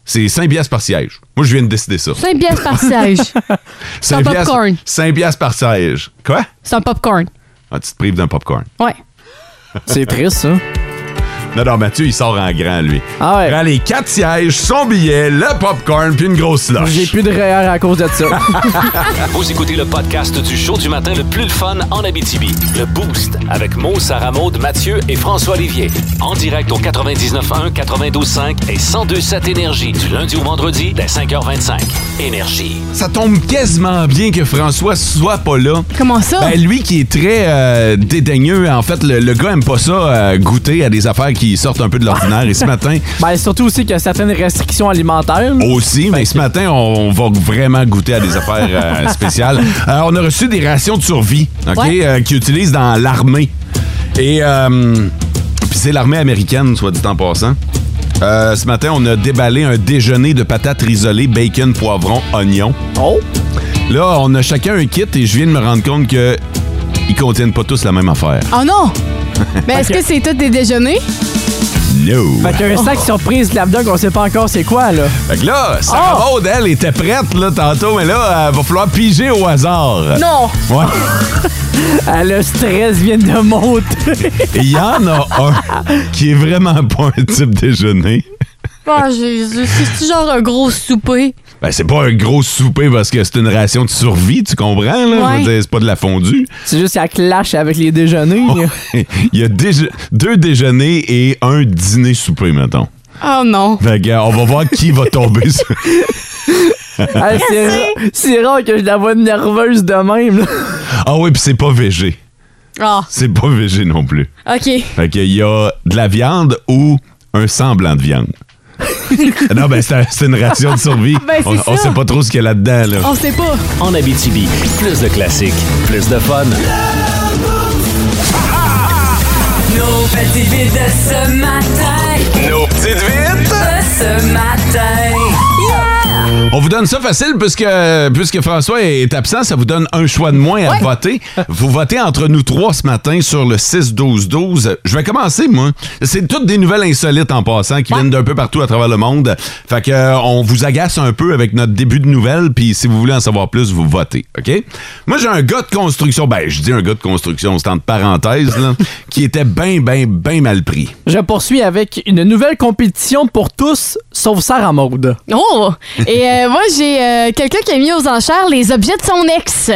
c'est 5 piastres par siège. Moi, je viens de décider ça.
5 piastres par siège. c'est un
piastres-
popcorn.
5 piastres par siège. Quoi?
C'est un popcorn.
Ah, tu te prives d'un popcorn.
Ouais.
C'est triste, ça.
Non, non, Mathieu, il sort en grand, lui.
Ah ouais.
Prends les quatre sièges, son billet, le popcorn, puis une grosse
J'ai
loche.
plus de REER à cause de ça.
Vous écoutez le podcast du show du matin le plus le fun en Abitibi. Le Boost avec Mo, Sarah Maud, Mathieu et François Olivier. En direct au 99.1, 92.5 et 102.7 Énergie du lundi au vendredi dès 5h25. Énergie.
Ça tombe quasiment bien que François soit pas là.
Comment ça?
Ben, lui qui est très euh, dédaigneux, en fait, le, le gars aime pas ça, euh, goûter à des affaires qui sortent un peu de l'ordinaire. Et ce matin,
ben, surtout aussi qu'il y a certaines restrictions alimentaires.
Aussi, mais ce matin, on, on va vraiment goûter à des affaires euh, spéciales. Euh, on a reçu des rations de survie, OK,
Ouais.
euh, qu'ils utilisent dans l'armée. Et euh, puis c'est l'armée américaine, soit dit en passant. Euh, ce matin, on a déballé un déjeuner de patates isolées, bacon, poivron, oignon.
Oh!
Là, on a chacun un kit et je viens de me rendre compte que ils contiennent pas tous la même affaire.
Oh non! Ben, est-ce que c'est tout des déjeuners?
No.
Fait qu'un sac surprise de l'abdoc, on sait pas encore c'est quoi, là.
Fait que là, Sarah
Ah!
Maud, elle, était prête là tantôt, mais là, elle va falloir piger au hasard.
Non!
Ouais.
Ah, le stress vient de monter.
Et Il y en a un qui est vraiment pas un type déjeuner.
Oh, Jésus, c'est-tu genre un gros souper?
Ben, c'est pas un gros souper parce que c'est une ration de survie, tu comprends? Là? Je veux
Ouais.
dire, c'est pas de la fondue.
c'est juste qu'elle clash avec les déjeuners. là.
Oh! Il y a déje- deux déjeuners et un dîner-souper, mettons.
Oh non!
Fait que, euh, on va voir qui va tomber sur...
Ah, c'est ra- c'est rare que je la vois nerveuse de même. là.
Ah oui, puis c'est pas végé.
Ah,
C'est pas végé non plus.
OK.
Fait qu'il y a de la viande ou un semblant de viande. non, ben c'est un- c'est une ration de survie.
Ben, c'est
on, on
ça.
sait pas trop ce qu'il y a là-dedans. Là.
On sait pas.
En Abitibi, plus de classiques, plus de fun.
Nos petites vites de ce matin,
Nos petites vites!
de ce matin.
On vous donne ça facile puisque, puisque François est absent, ça vous donne un choix de moins à voter. Vous votez entre nous trois ce matin sur le 6-12-12. Je vais commencer, moi. C'est toutes des nouvelles insolites en passant qui viennent d'un peu partout à travers le monde. Fait que euh, on vous agace un peu avec notre début de nouvelles, puis si vous voulez en savoir plus, vous votez, OK? Moi, j'ai un gars de construction, ben je dis un gars de construction, c'est entre parenthèses, là, qui était bien, bien, bien mal pris.
Je poursuis avec une nouvelle compétition pour tous, sauf Sarah Maude.
Oh! Et euh, moi, j'ai euh, quelqu'un qui a mis aux enchères les objets de son ex.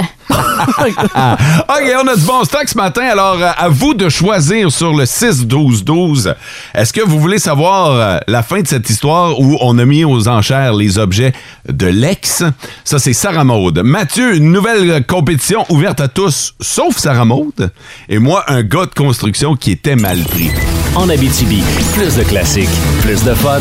Ah. OK, on a du bon stock ce matin. Alors, euh, à vous de choisir sur le 6-12-12. Est-ce que vous voulez savoir euh, la fin de cette histoire où on a mis aux enchères les objets de l'ex? Ça, c'est Sarah Maude. Mathieu, une nouvelle euh, compétition ouverte à tous, sauf Sarah Maude. Et moi, un gars de construction qui était mal pris.
En Abitibi, plus de classiques, plus de fun.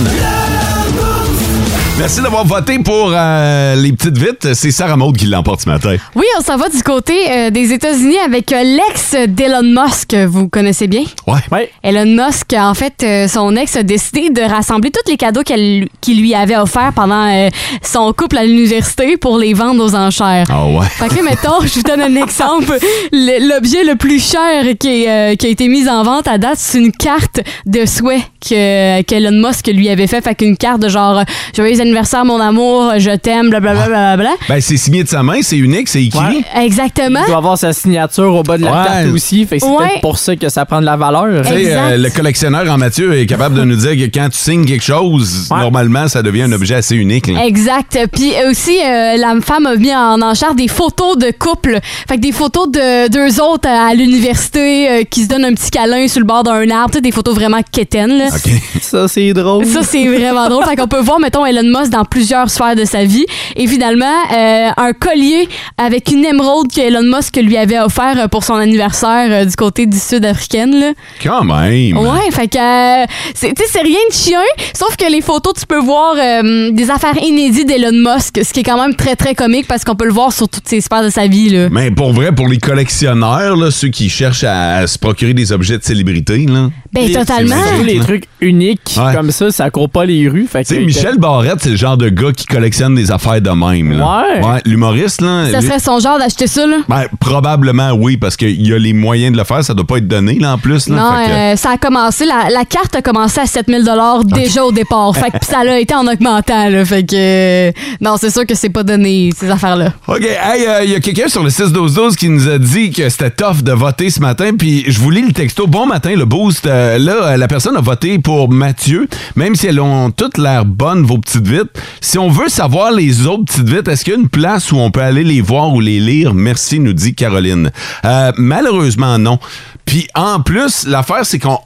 Merci d'avoir voté pour euh, les petites vites. C'est Sarah Maude qui l'emporte ce matin.
Oui, on s'en va du côté euh, des États-Unis avec euh, l'ex d'Elon Musk. Vous connaissez bien?
Ouais.
Ouais.
Elon Musk, en fait, euh, son ex a décidé de rassembler tous les cadeaux qu'elle qu'il lui avait offerts pendant euh, son couple à l'université pour les vendre aux enchères.
Ah ouais.
Fait que, mettons, je vous donne un exemple. Le- L'objet le plus cher qui, est, euh, qui a été mis en vente à date, c'est une carte de souhait que qu'Elon Musk lui avait fait. Fait qu'une carte de genre « Joyeux anniversaire, mon amour, je t'aime, blablabla. Bla, bla,
Ben, c'est signé de sa main, c'est unique, c'est écrit.
Ouais.
Exactement.
Il doit avoir sa signature au bas de la
Ouais.
carte aussi. Fait que c'est
Ouais.
peut-être pour ça que ça prend de la valeur.
Tu sais,
Exact.
euh, le collectionneur en Mathieu est capable de nous dire que quand tu signes quelque chose,
Ouais.
normalement, ça devient un objet assez unique. là.
Exact. Puis aussi, euh, la femme a mis en enchère des photos de couple. Fait que des photos de deux autres à, à l'université euh, qui se donnent un petit câlin sur le bord d'un arbre. Tu sais, des photos vraiment quétaines, là.
OK.
Ça, c'est drôle.
Eh. Ça, c'est vraiment drôle. Fait qu'on peut voir, mettons, Elon Musk dans plusieurs sphères de sa vie. Et finalement, euh, un collier avec une émeraude que Elon Musk lui avait offert euh, pour son anniversaire euh, du côté du Sud-Africaine, là.
Quand même.
Ouais, fait que euh, c'est tu sais, c'est rien de chien, sauf que les photos tu peux voir euh, des affaires inédites d'Elon Musk, ce qui est quand même très très comique parce qu'on peut le voir sur toutes ces sphères de sa vie là.
Mais pour vrai, pour les collectionneurs, là, ceux qui cherchent à, à se procurer des objets de célébrité, là.
Ben
Les-
totalement.
c'est
Tous les trucs uniques
Ouais.
comme ça, ça court pas les rues. Fait
Tu sais,
que-
Michel Barrette, c'est c'est le genre de gars qui collectionne des affaires de même. là.
Ouais.
L'humoriste, là.
Ça
lui-
serait son genre d'acheter ça, là.
ben, probablement oui, parce qu'il y a les moyens de le faire. Ça doit pas être donné, là, en plus. Là,
Non,
Fait que-
euh, ça a commencé, la, la carte a commencé à 7000 dollars déjà au départ. Fait que pis ça l'a été en augmentant, là. Fait que euh, non, c'est sûr que c'est pas donné ces affaires-là.
OK. Hey, euh, il y a quelqu'un sur le 6-12-12 qui nous a dit que c'était tough de voter ce matin. Puis je vous lis le texto. Bon matin, le boost. Euh, là, euh, la personne a voté pour Mathieu, même si elles ont toutes l'air bonnes, vos petites vites. Si on veut savoir les autres petites vites, est-ce qu'il y a une place où on peut aller les voir ou les lire? Merci, nous dit Caroline. Euh, malheureusement, non. Puis en plus, l'affaire, c'est qu'on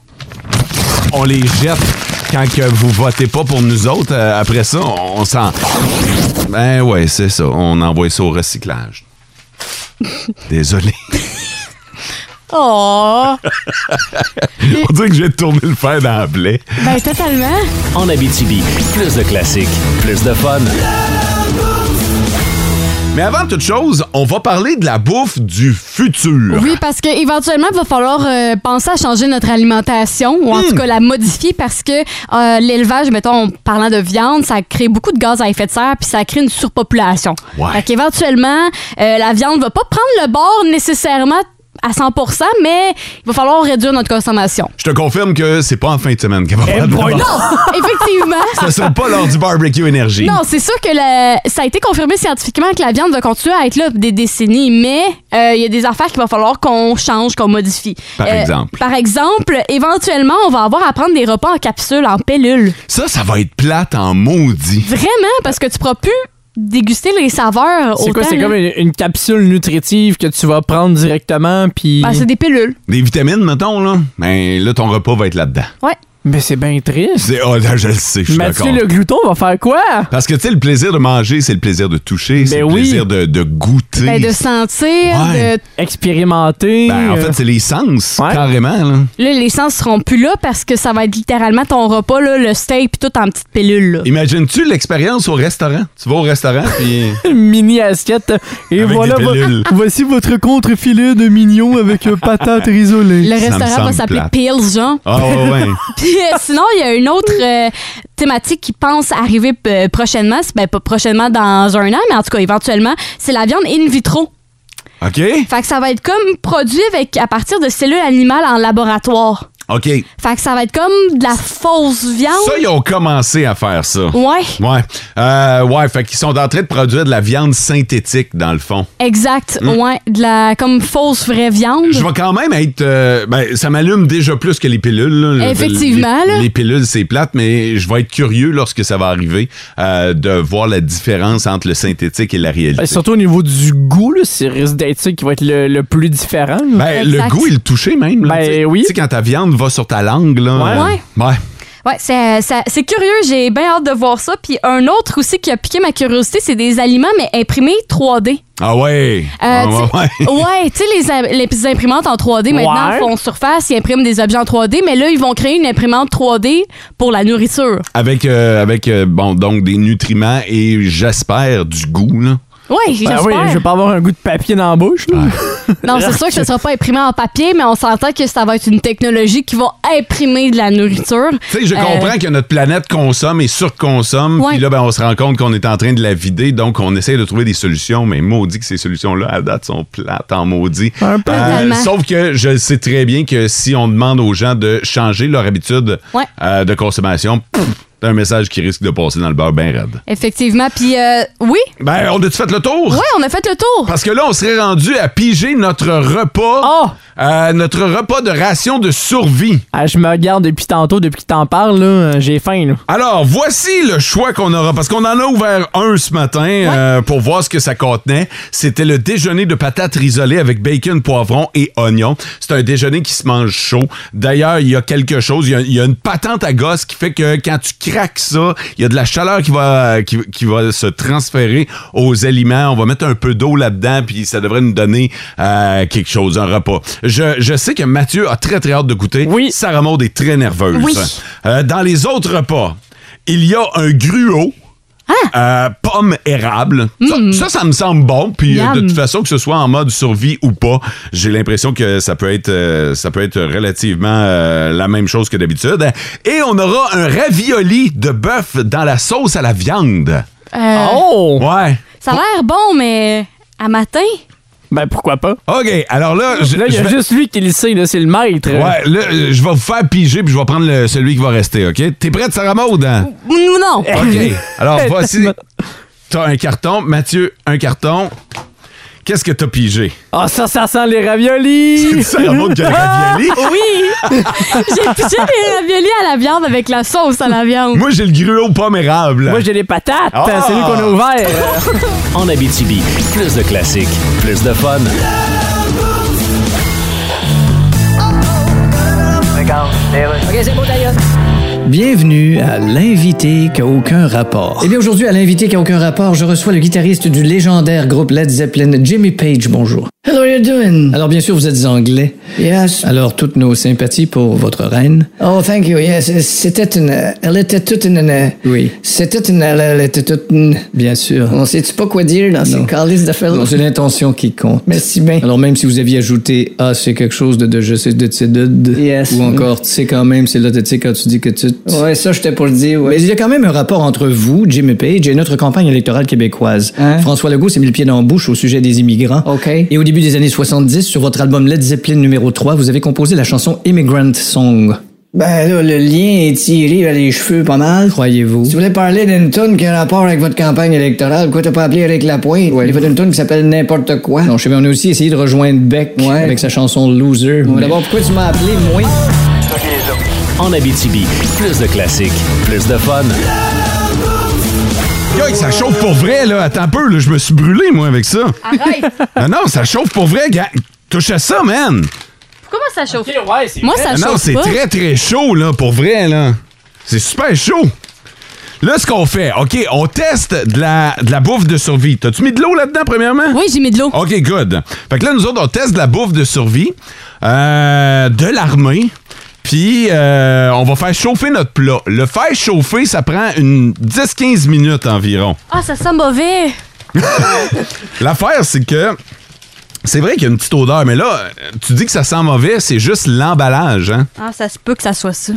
on les jette quand que vous votez pas pour nous autres. Euh, après ça, on, on s'en... Ben ouais, c'est ça. On envoie ça au recyclage. Désolé.
Oh!
on dirait que j'ai tourné le fer dans la plaie.
Ben totalement.
En Abitibi, plus de classiques, plus de fun.
Mais avant toute chose, on va parler de la bouffe du futur.
Oui, parce que éventuellement, il va falloir euh, penser à changer notre alimentation ou en tout cas la modifier parce que euh, l'élevage, mettons, en parlant de viande, ça crée beaucoup de gaz à effet de serre puis ça crée une surpopulation.
Ouais.
Fait qu'éventuellement, euh, la viande va pas prendre le bord nécessairement à 100 mais il va falloir réduire notre consommation.
Je te confirme que c'est pas en fin de semaine
Eh
qu'elle va faire de la bouffe.
Effectivement.
Ça sera pas lors du barbecue énergie.
Non, c'est sûr que la- ça a été confirmé scientifiquement que la viande va continuer à être là des décennies, mais euh, il y a des affaires qu'il va falloir qu'on change, qu'on modifie. Euh,
Par exemple.
Par exemple, éventuellement, on va avoir à prendre des repas en capsule, en pellule.
Ça, ça va être plate en maudit.
Vraiment, parce que tu pourras plus déguster les saveurs
C'est
autant.
quoi? C'est
là.
comme une, une capsule nutritive que tu vas prendre directement, puis...
Ben, c'est des pilules.
Des vitamines, mettons, là. Mais là, ton repas va être là-dedans.
Ouais.
Mais c'est bien triste.
C'est, oh, là, je le sais, je suis
Mathieu
d'accord.
le glouton va faire quoi?
Parce que, tu sais, le plaisir de manger, c'est le plaisir de toucher, c'est le
Ben oui.
plaisir de, de goûter.
Ben, de sentir.
Ouais.
de-
Expérimenter.
Ben, en
euh,
fait, c'est les sens,
Ouais.
carrément. Là.
Là, les sens seront plus là parce que ça va être littéralement ton repas, là, le steak, puis tout en petites pilules. là.
Imagines-tu l'expérience au restaurant? Tu vas au restaurant, puis...
mini assiette. Et
Avec
voilà,
des
vo-
pilules.
voici votre contre-filet de mignon avec euh, patates risolées.
Ça
Le
me
restaurant
semble
va s'appeler
plate.
Pills, genre.
Ah ouais, ouais.
Puis euh, sinon, il y a une autre euh, thématique qui pense arriver euh, prochainement. C'est- Ben, pas prochainement dans un an, mais en tout cas, éventuellement, c'est la viande in vitro.
OK?
Fait que ça va être comme produit avec, à partir de cellules animales en laboratoire.
OK.
Fait que ça va être comme de la fausse viande.
Ça, ils ont commencé à faire ça.
Ouais,
Ouais. Euh, ouais, fait qu'ils sont en train de produire de la viande synthétique, dans le fond.
exact. Ouais, de la comme fausse vraie viande.
Hmm. Je vais quand même être... euh, ben, ça m'allume déjà plus que les pilules. Là.
Effectivement,
Les,
là.
les pilules, c'est plate, mais je vais être curieux lorsque ça va arriver euh, de voir la différence entre le synthétique et la réalité.
Euh, Surtout au niveau du goût, là, c'est risque d'être ça qui va être le, le plus différent. là.
Ben, le
Exact.
goût et le toucher même. là,
Ben,
tu sais.
oui.
Tu sais, quand ta viande va sur ta langue, là.
Ouais.
euh, ouais.
Ouais, c'est euh, ça- c'est curieux, j'ai bien hâte de voir ça. Puis un autre aussi qui a piqué ma curiosité, c'est des aliments, mais imprimés 3D.
Ah ouais.
Euh,
Ouais, ouais, ouais.
tu- ouais, tu sais, les im- les, petites imprimantes en 3D maintenant
Ouais.
font surface, ils impriment des objets en 3D, mais là, ils vont créer une imprimante 3D pour la nourriture.
Avec, euh, avec euh, bon, donc des nutriments et j'espère du goût, là.
Ouais,
Ben
j'espère.
oui, je vais pas avoir un goût de papier dans la bouche. là.
Non, c'est sûr que ce sera pas imprimé en papier, mais on s'entend que ça va être une technologie qui va imprimer de la nourriture.
Tu sais, je
Euh,
comprends que notre planète consomme et surconsomme,
Ouais.
puis là, ben, on se rend compte qu'on est en train de la vider, donc on essaie de trouver des solutions, mais maudit que ces solutions-là, à date, sont plates en maudit. Euh,
Un peu.
Totalement.
sauf que je sais très bien que si on demande aux gens de changer leur habitude
Ouais.
euh, de consommation, pff, c'est un message qui risque de passer dans le beurre bien raide.
Effectivement. Puis, euh, oui,
Ben, on a-tu fait le tour?
ouais, on a fait le tour. Euh,
Parce que là, on serait rendu à piger notre repas.
Ah!
Euh, notre repas de ration de survie.
Ah, je me regarde depuis tantôt, depuis que t'en parles, là, euh, j'ai faim. Là.
Alors, voici le choix qu'on aura, parce qu'on en a ouvert un ce matin euh, pour voir ce que ça contenait. C'était le déjeuner de patates isolées avec bacon, poivron et oignon. C'est un déjeuner qui se mange chaud. D'ailleurs, il y a quelque chose, il y a, il y a une patente à gosse qui fait que quand tu craques ça, il y a de la chaleur qui va, qui, qui va se transférer aux aliments. On va mettre un peu d'eau là-dedans, puis ça devrait nous donner euh, quelque chose, un repas. Je, je sais que Mathieu a très, très hâte de goûter.
Oui.
Sarah Maud est très nerveuse.
Oui.
Euh, dans les autres repas, il y a un gruau
Ah!
Euh, pomme érable. Ça- Ça, ça me semble bon. Puis euh, de
Hmm. Yum.
toute façon, que ce soit en mode survie ou pas, j'ai l'impression que ça peut être, euh, ça peut être relativement euh, la même chose que d'habitude. Et on aura un ravioli de bœuf dans la sauce à la viande.
Euh,
Ah.
Oh!
Ouais.
Ça a l'air bon, mais à matin?
Ben pourquoi pas?
OK. Alors là, je,
Là, il y
je
a
vais-
juste lui qui le sait, là, c'est le maître.
Ouais, là, euh, je vais vous faire piger puis je vais prendre le- celui qui va rester, OK? T'es prête, Sarah Maud? hein?
Ou ou non?
OK. Alors, voici. T'as un carton. Mathieu, un carton. Qu'est-ce que t'as pigé?
Ah, ça, ça sent les raviolis! Ah!
Sarah Maud qui a le ravioli.
Ah, Oui! J'ai pitché des raviolis à la viande avec la sauce à la viande.
Moi, j'ai le gruau pomme érable.
Moi, j'ai des patates!
Ah!
C'est lui qu'on a ouvert!
En Abitibi, plus de classiques, plus de fun.
Bienvenue à l'invité qui a aucun rapport. Eh bien aujourd'hui à l'invité qui a aucun rapport, je reçois le guitariste du légendaire groupe Led Zeppelin, Jimmy Page. Bonjour. Hello, you doing? Alors bien sûr vous êtes anglais. Yes. Alors toutes nos sympathies pour votre reine.
Oh, thank you. Yes, c'était une. Elle était toute une.
Oui.
C'était une. Elle était toute une.
Bien sûr.
On sait-tu pas quoi dire dans
Non.
ces calices de fellow?
Non, c'est l'intention qui compte.
Mm. Merci bien.
Alors même si vous aviez ajouté ah c'est quelque chose de de je sais de tu de, de
Yes.
ou encore tu sais quand même c'est là tu sais quand tu dis que tu tu-
Ouais, ça, j'étais pour le dire, ouais.
Mais il y a quand même un rapport entre vous, Jimmy Page, et notre campagne électorale québécoise.
Hein?
François Legault s'est mis le pied dans la bouche au sujet des immigrants.
OK.
Et au début des années 70, sur votre album Led Zeppelin numéro 3, vous avez composé la chanson Immigrant Song.
Ben là, le lien est tiré vers les cheveux pas mal.
Croyez-vous?
Si vous voulez parler d'une toune qui a rapport avec votre campagne électorale, pourquoi t'as pas appelé Eric Lapointe? Ouais. Il fait une toune qui s'appelle N'importe quoi.
Non, je sais, mais on a aussi essayé de rejoindre Beck
Ouais.
avec sa chanson Loser.
Bon,
mais-
D'abord, pourquoi tu m'as appelé, moi?
En Abitibi, plus de classiques, plus de fun.
Yo, ça chauffe pour vrai, là. Attends un peu, là. Je me suis brûlé, moi, avec ça.
Arrête!
Non, non, ça chauffe pour vrai. gars. Touche à ça, man.
Pourquoi moi ça chauffe?
ouais, c'est
Moi ça
Non, non,
chauffe
c'est
pas.
très, très chaud, là, pour vrai, là. C'est super chaud. Là, ce qu'on fait, OK, on teste de la, de la bouffe de survie. T'as-tu mis de l'eau là-dedans, premièrement?
Oui, j'ai mis de l'eau.
OK, good. Fait que là, nous autres, on teste de la bouffe de survie, euh, de l'armée, puis euh, on va faire chauffer notre plat. Le faire chauffer, ça prend une 10-15 minutes environ.
Ah, ça sent mauvais.
L'affaire, c'est que. C'est vrai qu'il y a une petite odeur, mais là, tu dis que ça sent mauvais, c'est juste l'emballage, hein?
Ah, ça se peut que ça soit ça.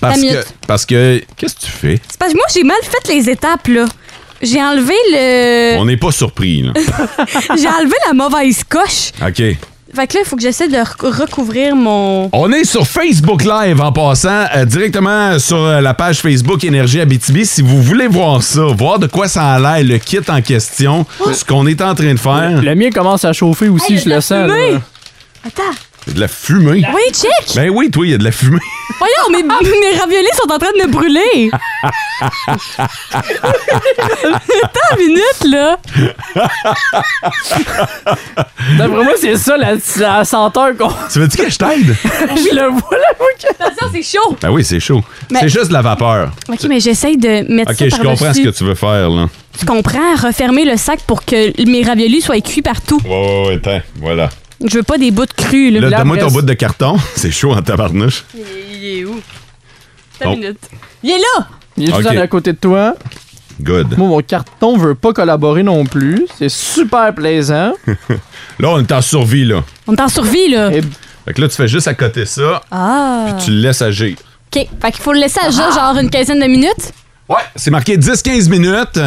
Parce
La
que.
minute.
Parce que. Qu'est-ce que tu fais?
C'est parce que moi j'ai mal fait les étapes là. J'ai enlevé le
On n'est pas surpris, là.
j'ai enlevé la mauvaise coche.
OK.
Fait que là, il faut que j'essaie de rec- recouvrir mon
On est sur Facebook Live en passant, euh, directement sur euh, la page Facebook Énergie Abitibi. Si vous voulez voir ça, voir de quoi ça a l'air, le kit en question, ce qu'on est en train de faire,
Le mien commence à chauffer aussi,
Hey, il y a
je
de
le
la
sens. là.
fumée. Attends.
de la fumée.
Oui, check.
Ben oui, toi, il y a de la fumée.
Voyons, mes, mes raviolis sont en train de me brûler. Attends une minute là.
D'après moi, c'est ça la, la senteur qu'on.
tu veux dire que je t'aide?
je le vois là, moi, que-
Attention, c'est chaud.
Ben oui, c'est chaud.
Mais-
C'est juste de la vapeur.
OK, mais j'essaie de mettre
OK, je
ça par-dessus.
comprends ce que tu veux faire, là.
Tu comprends? Refermer le sac pour que mes raviolis soient cuits partout.
Ouais, ouais, ouais, attends, voilà.
Je veux pas des bouts de crus, là.
Là,
la
donne-moi ton
presse.
bout de carton. C'est chaud en tabarnouche.
Il est où?
Oh.
Il est là!
Il est juste
Ok.
à côté de toi.
Good.
Moi, mon carton veut pas collaborer non plus. C'est super plaisant.
Là, on est en survie, là.
On est en survie, là.
Et-
Fait que là, tu fais juste à côté ça,
Ah!
tu le laisses agir.
OK. Fait qu'il faut le laisser à jour,
Ah!
genre une quinzaine de minutes.
Ouais, c'est marqué 10-15 minutes.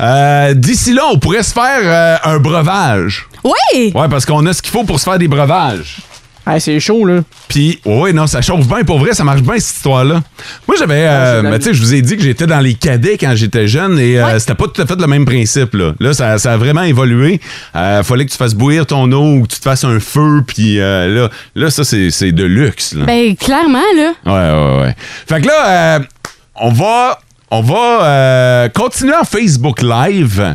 Euh, D'ici là, on pourrait se faire euh, un breuvage.
Oui!
Ouais, parce qu'on a ce qu'il faut pour se faire des breuvages.
Hey, c'est chaud, là.
Puis, ouais, non, ça chauffe bien. Pour vrai, ça marche bien, cette histoire-là. Moi, j'avais. euh,
j'ai de la
ben, tu sais, je vous ai dit que j'étais dans les cadets quand j'étais jeune et euh, c'était pas tout à fait le même principe, là. Là, ça, ça a vraiment évolué. Euh, fallait que tu fasses bouillir ton eau ou que tu te fasses un feu. Puis euh, là, là, ça, c'est c'est de luxe, là.
Ben, clairement, là.
Ouais, ouais, ouais. Fait que là, euh, on va, on va euh, continuer en Facebook Live.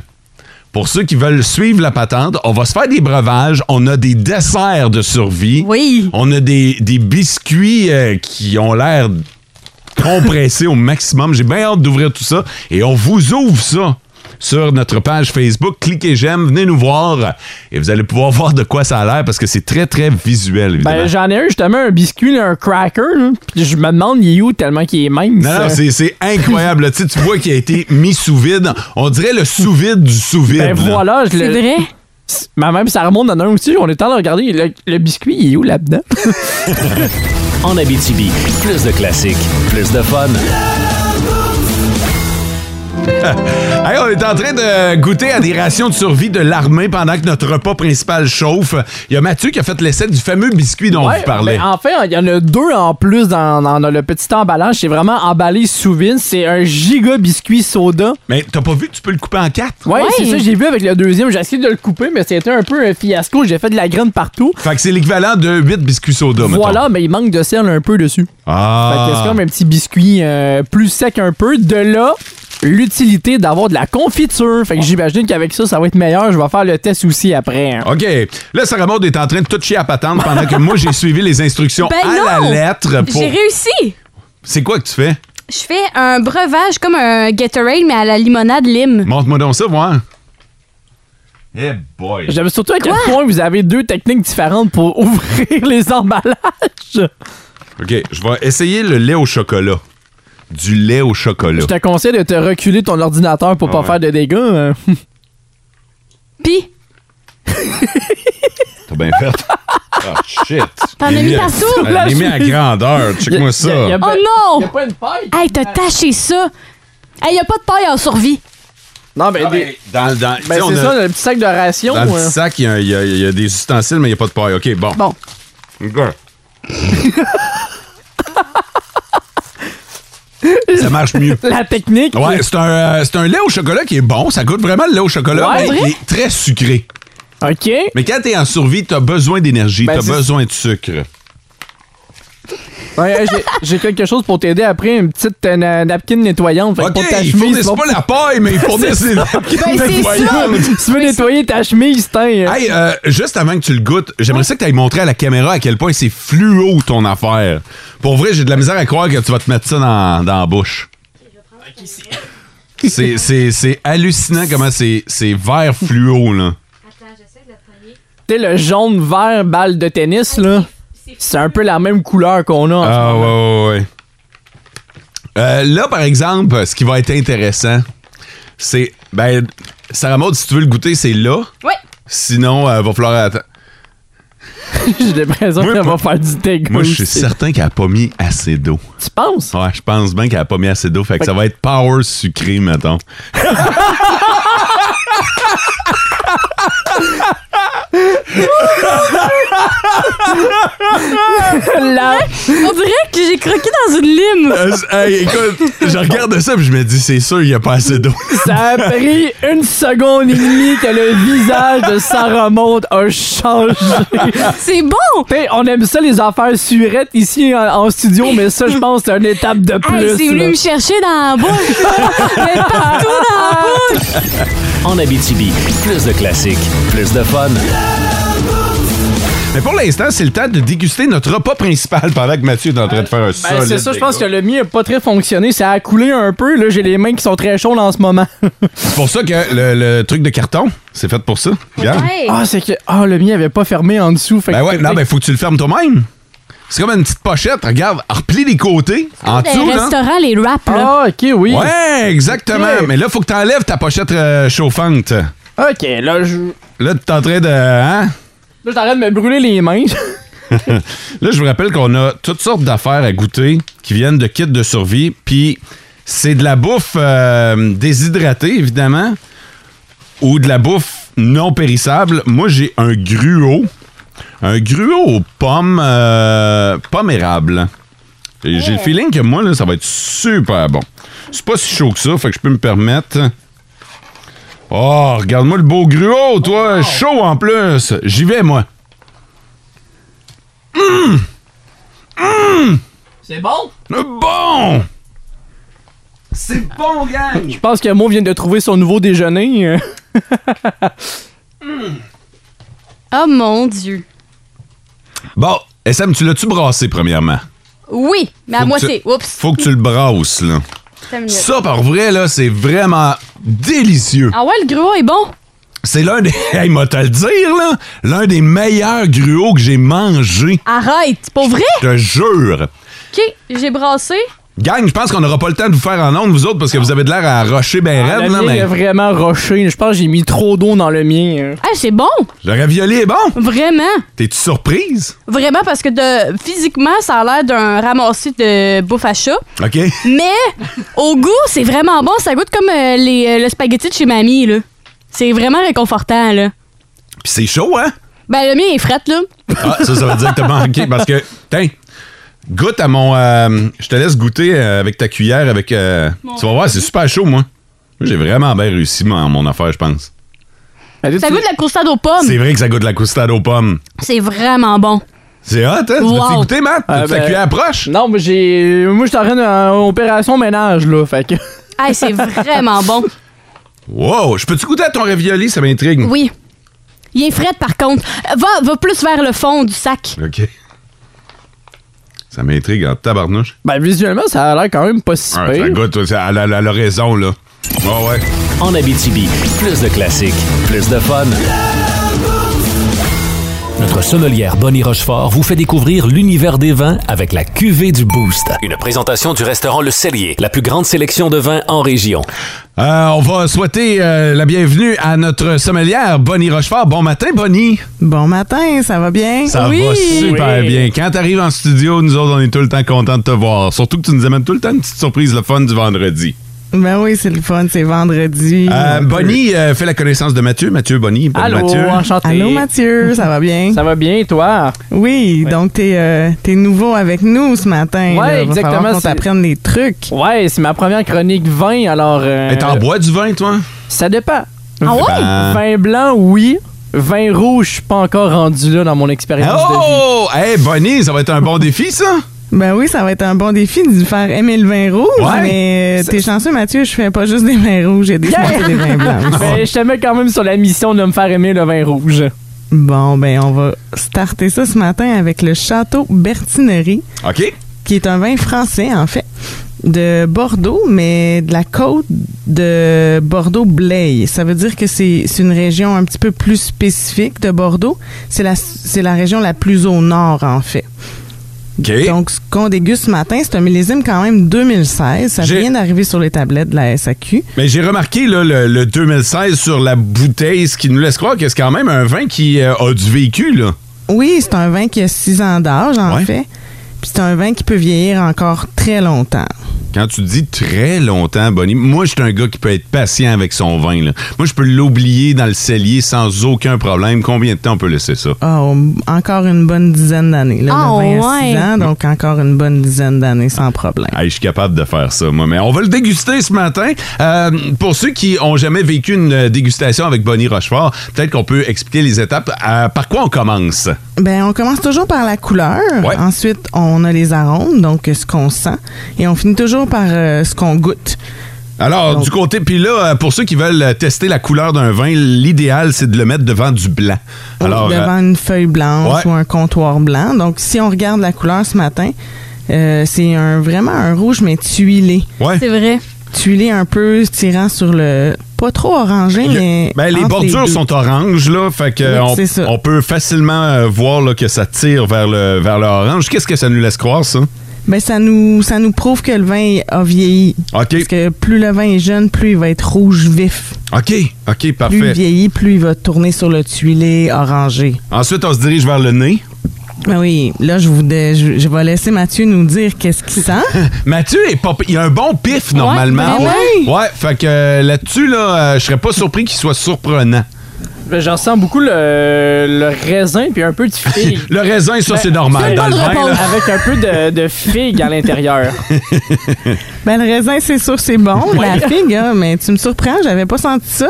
Pour ceux qui veulent suivre la patente, on va se faire des breuvages. On a des desserts de survie.
Oui.
On a des, des biscuits euh, qui ont l'air compressés au maximum. J'ai bien hâte d'ouvrir tout ça. Et on vous ouvre ça. sur notre page Facebook. Cliquez j'aime, venez nous voir et vous allez pouvoir voir de quoi ça a l'air parce que c'est très, très visuel, évidemment.
Ben, j'en ai un justement, un biscuit, là, un cracker, là. Puis je me demande, il est où tellement qu'il est mince.
Non,
Euh,
non, c'est, c'est incroyable. là. tu, sais, tu vois qu'il a été mis sous vide. On dirait le sous vide du sous vide.
Ben
là.
voilà, je
C'est
le.
vrai?
Ma même ça remonte dans un aussi, on est en train de regarder le, le biscuit, il est où là-dedans?
En Abitibi, plus de classiques, plus de fun.
Hey, on est en train de goûter à des rations de survie de l'armée pendant que notre repas principal chauffe. Il y a Mathieu qui a fait l'essai du fameux biscuit dont
Ouais,
vous parlez.
ben, en fait, il y en a deux en plus dans, dans le petit emballage. C'est vraiment emballé sous vide. C'est un giga biscuit soda.
Mais t'as pas vu que tu peux le couper en quatre?
Ouais,
Ouais.
c'est ça, j'ai vu avec le deuxième. J'ai essayé de le couper, mais c'était un peu un fiasco. J'ai fait de la graine partout.
Fait que c'est l'équivalent de 8 biscuits soda, Oh, mettons.
Voilà, mais il manque de sel un peu dessus. Fait que
Ah.
c'est comme un petit biscuit euh, plus sec un peu. De là, l'utilité d'avoir de la confiture. Fait que j'imagine qu'avec ça, ça va être meilleur. Je vais faire le test aussi après. hein.
OK. Là, Sarah Maud est en train de tout chier à patente pendant que moi, j'ai suivi les instructions
Ben
à la
non!
lettre. Pour...
J'ai réussi!
C'est quoi que tu fais?
Je fais un breuvage comme un Gatorade, mais à la limonade lime.
Montre-moi donc ça, voir. Eh boy.
J'aime surtout à quel point vous avez deux techniques différentes pour ouvrir les emballages.
OK, je vais essayer le lait au chocolat. Du lait au chocolat.
Je te conseille de te reculer ton ordinateur pour pas
Ah ouais.
faire de dégâts. hein.
Pis,
T'as bien fait. Ah, shit.
T'en
Il
as mis
est-
partout.
Elle l'a mis à grandeur. Check-moi
Y a-
ça.
y a
oh
pas- Ben, y a
non!
pas une paille.
Hey, t'as taché ça! Hey, y a pas de paille en survie!
Non, mais,
Ah,
des-
ben, dans, dans, tu
ben,
sais, on
c'est
a-
ça, le petit sac de ration.
dans le
hein.
petit sac, il y, a- il y a- il y a des ustensiles, mais il n'y a pas de paille. OK, bon.
Bon.
OK. ça marche mieux.
La technique.
Ouais, c'est un, euh, c'est un lait au chocolat qui est bon. Ça goûte vraiment le lait au chocolat,
Ouais.
mais il est très sucré.
OK.
Mais quand t'es en survie, t'as besoin d'énergie,
Ben,
t'as
c'est-
besoin de sucre.
Ouais, j'ai- J'ai quelque chose pour t'aider après, une petite euh, na- napkin nettoyante. Fait que
OK,
pour ta
ils
chemise,
fournissent
va-
pas la paille, mais ils fournissent les napkins
Ben, c'est
nettoyantes.
tu veux nettoyer ta chemise, tiens. euh.
Hey, euh, juste avant que tu le goûtes, j'aimerais ça que tu ailles montrer à la caméra à quel point c'est fluo ton affaire. Pour vrai, j'ai de la misère à croire que tu vas te mettre ça dans, dans la bouche. C'est, c'est, c'est hallucinant comment c'est, c'est vert fluo, là.
Tu sais, le jaune vert balle de tennis, là. C'est un peu la même couleur qu'on a. en
Ah, ouais, ouais, ouais. Euh, là, par exemple, ce qui va être intéressant, c'est. Ben, Sarah Maud, si tu veux le goûter, c'est là.
Ouais!
Sinon, euh, va falloir attendre.
J'ai l'impression
Moi,
qu'elle
moi-
va faire du dégoût.
Moi, je suis
aussi.
certain qu'elle n'a pas mis assez d'eau.
Tu penses?
Ouais, je pense bien qu'elle a pas mis assez d'eau. Fait que ça va être power sucré, mettons. Ah.
La-
On dirait que j'ai croqué dans une lime!
Euh, hey, écoute, je regarde ça puis je me dis, c'est sûr, il n'y a pas assez d'eau.
Ça a pris une seconde et demie que le visage de Sarah Maud a changé.
C'est bon!
T'sais, on aime ça les affaires surettes ici en, en studio, mais ça, je pense, c'est une étape de
Hey, c'est
plus.
venu
là.
me chercher dans la bouche! Mais partout dans la bouche!
En Abitibi, plus de classiques, plus de fun.
Mais pour l'instant, c'est le temps de déguster notre repas principal pendant que Mathieu est en train de faire un
Ben,
solide.
c'est ça, je pense que
dégoût.
le mien a pas très fonctionné. Ça a coulé un peu. Là, j'ai les mains qui sont très chaudes en ce moment.
C'est pour ça que le, le truc de carton, c'est fait pour ça. Regarde.
Ah, c'est que. Ah, le mien avait pas fermé en dessous. Fait
Ben
que-
ouais, non, ben faut que tu le fermes toi-même. C'est comme une petite pochette. Regarde, replie les côtés. En
Les
dessous, là.
restaurants, les wraps, là.
hein? Ah, ok, oui.
Ouais, exactement.
Ok.
Mais là, faut que tu enlèves ta pochette euh, chauffante.
Ok, là, je. Là,
Là, tu es en train de. Hein?
je t'arrête de me brûler les mains.
Là, je vous rappelle qu'on a toutes sortes d'affaires à goûter qui viennent de kits de survie. Puis c'est de la bouffe euh, déshydratée, évidemment, ou de la bouffe non périssable. Moi, j'ai un gruau. Un gruau aux pommes, euh, pommes érables. Et J'ai le feeling que moi, là, ça va être super bon. C'est pas si chaud que ça, fait que je peux me permettre. Oh, regarde-moi le beau gruau, toi! Chaud en plus! J'y vais, moi!
C'est bon?
Euh, Bon! C'est bon, gang!
Je pense que Mo vient de trouver son nouveau déjeuner. euh.
Oh mon dieu!
Bon, SM, tu l'as-tu brassé, premièrement?
Oui, mais à
Faut que
moitié.
tu-
Oups!
Faut que tu le brasses, là.
Cinq minutes.
Ça, par vrai, là, c'est vraiment délicieux.
Ah ouais, le gruau est bon.
C'est l'un des... Hey, m'a te le dire, là! L'un des meilleurs gruaux que j'ai mangé.
Arrête, pour vrai?
Je te jure.
OK, j'ai brassé.
Gang, je pense qu'on n'aura pas le temps de vous faire en ondes, vous autres, parce que vous avez de l'air à rocher ben
Le
raide, là,
mien
mais...
Ah, est vraiment roché. Je pense que j'ai mis trop d'eau dans le mien. hein.
Ah, c'est bon.
Le ravioli est bon!
Vraiment.
T'es-tu surprise?
Vraiment, parce que de, physiquement, ça a l'air d'un ramassé de bouffe à chat.
OK?
Mais au goût, c'est vraiment bon. Ça goûte comme euh, les, euh, le spaghetti de chez mamie, là. C'est vraiment réconfortant, là.
Puis c'est chaud, hein?
Ben, le mien est fret, là.
Ah, ça, ça veut dire que t'as manqué, parce que... Tiens, goûte à mon... euh, je te laisse goûter euh, avec ta cuillère, avec... euh, tu vas voir, c'est super chaud, moi. Moi, J'ai vraiment bien réussi mon, mon affaire, je pense.
Mais là,
Ça
tu-
goûte la croustade aux pommes.
C'est vrai que ça goûte la croustade aux pommes.
C'est vraiment bon.
C'est hot, hein? Tu
Wow.
l'as goûté, Matt?
Ah,
T'as-tu ta
ben-
cuillère proche?
Non, mais j'ai. Moi, je suis en train d'opération ménage, là. Fait que.
Ah, c'est vraiment bon.
Wow! Je peux-tu goûter à ton ravioli? Ça m'intrigue.
Oui. Il est fret, par contre. Euh, Va, va plus vers le fond du sac.
OK. Ça m'intrigue en tabarnouche.
Ben, visuellement, ça a l'air quand même pas si
Ah,
pire.
ça goûte ça, à la, la- la raison, là. Ah ouais.
En Abitibi, plus de classiques, plus de fun. Notre sommelière Bonnie Rochefort vous fait découvrir l'univers des vins avec la cuvée du Boost. Une présentation du restaurant Le Cellier, la plus grande sélection de vins en région.
Euh, on va souhaiter euh, la bienvenue à notre sommelière, Bonnie Rochefort. Bon matin, Bonnie.
Bon matin, ça va bien?
Ça va super bien. Quand t'arrives en studio, nous autres, on est tout le temps contents de te voir. Surtout que tu nous amènes tout le temps une petite surprise, le fun du vendredi.
Ben oui, c'est le fun, c'est vendredi.
Euh, Bonnie euh, fait la connaissance de Mathieu. Mathieu, Bonnie. Bonne
Allô,
Mathieu.
enchanté.
Allô Mathieu, ça va bien?
Ça va bien, toi?
Oui, donc t'es euh, t'es nouveau avec nous ce matin.
Ouais,
là. Va
exactement,
falloir qu'on
c'est-
t'apprenne des trucs.
Ouais, c'est ma première chronique vin, alors. euh,
Hey, T'en bois du vin, toi?
Ça dépend.
Ah ouais?
Ben-
Vin blanc, oui. Vin rouge, je suis pas encore rendu là dans mon expérience de vie.
Oh! Hey, Bonnie, ça va être un bon défi, ça?
Ben oui, ça va être un bon défi de faire aimer le vin rouge,
Ouais.
mais euh, t'es chanceux Mathieu, je fais pas juste des vins rouges, j'ai des,
Yeah!
des vins blancs. aussi.
Mais Ben, je te mets quand même sur la mission de me faire aimer le vin rouge.
Bon, ben on va starter ça ce matin avec le Château Bertinerie.
OK.
qui est un vin français, en fait, de Bordeaux, mais de la côte de Bordeaux-Blaye. Ça veut dire que c'est c'est une région un petit peu plus spécifique de Bordeaux. C'est la, c'est la région la plus au nord, en fait.
OK.
Donc, ce qu'on déguste ce matin, c'est un millésime quand même 2016. Ça
J'ai-
vient d'arriver sur les tablettes de la SAQ.
Mais j'ai remarqué là, le, le 2016 sur la bouteille, ce qui nous laisse croire que c'est quand même un vin qui euh, a du vécu. Là.
Oui, c'est un vin qui a six ans d'âge, en
Ouais.
fait. Puis c'est un vin qui peut vieillir encore très longtemps.
Quand tu dis très longtemps, Bonnie, moi, je suis un gars qui peut être patient avec son vin. là. Moi, je peux l'oublier dans le cellier sans aucun problème. Combien de temps on peut laisser ça?
Oh, encore une bonne dizaine d'années. Là,
Ah,
le vin a
ouais.
six ans, donc encore une bonne dizaine d'années sans problème.
Hey, je suis capable de faire ça, moi. Mais on va le déguster ce matin. Euh, pour ceux qui ont jamais vécu une euh, dégustation avec Bonnie Rochefort, peut-être qu'on peut expliquer les étapes. Euh, par quoi on commence?
Ben, on commence toujours par la couleur.
Ouais.
Ensuite, on a les arômes, donc euh, ce qu'on sent. Et on finit toujours par euh, ce qu'on goûte.
Alors,
Donc-
du côté, puis là, euh, pour ceux qui veulent euh, tester la couleur d'un vin, l'idéal, c'est de le mettre devant du blanc. Alors, euh,
devant une feuille blanche
ouais.
ou un comptoir blanc. Donc, si on regarde la couleur ce matin, euh, c'est un, vraiment un rouge, mais tuilé.
euh, ouais.
C'est vrai.
Tuilé un peu tirant sur le... Pas trop orangé,
Il y a-
mais...
ben, les
entre
bordures
deux.
sont oranges, là, fait que
Oui,
euh, on,
c'est ça.
on peut facilement euh, voir là, que ça tire vers le, vers le orange. Qu'est-ce que ça nous laisse croire, ça?
Ben, ça nous, ça nous prouve que le vin a vieilli.
OK,
Parce que plus le vin est jeune, plus il va être rouge vif.
OK, OK,
Plus il
parfait.
vieillit, plus il va tourner sur le tuilé orangé.
Ensuite, on se dirige vers le nez.
Ben oui, là, je, vous dé- je, je vais laisser Mathieu nous dire qu'est-ce qu'il sent.
Mathieu, est pas, pi- il a un bon pif, normalement.
vraiment?
ouais, fait que euh, là-dessus, là, euh, je serais pas surpris qu'il soit surprenant.
Ben, J'en sens beaucoup le, le raisin puis un peu de figue.
Le raisin, ça, c'est normal.
Ben,
Dans le
bonne
vin,
réponse.
là.
Avec un peu de, de figue à l'intérieur.
Ben, le raisin, c'est sûr, c'est bon. La figue, hein, mais tu me surprends, j'avais pas senti ça.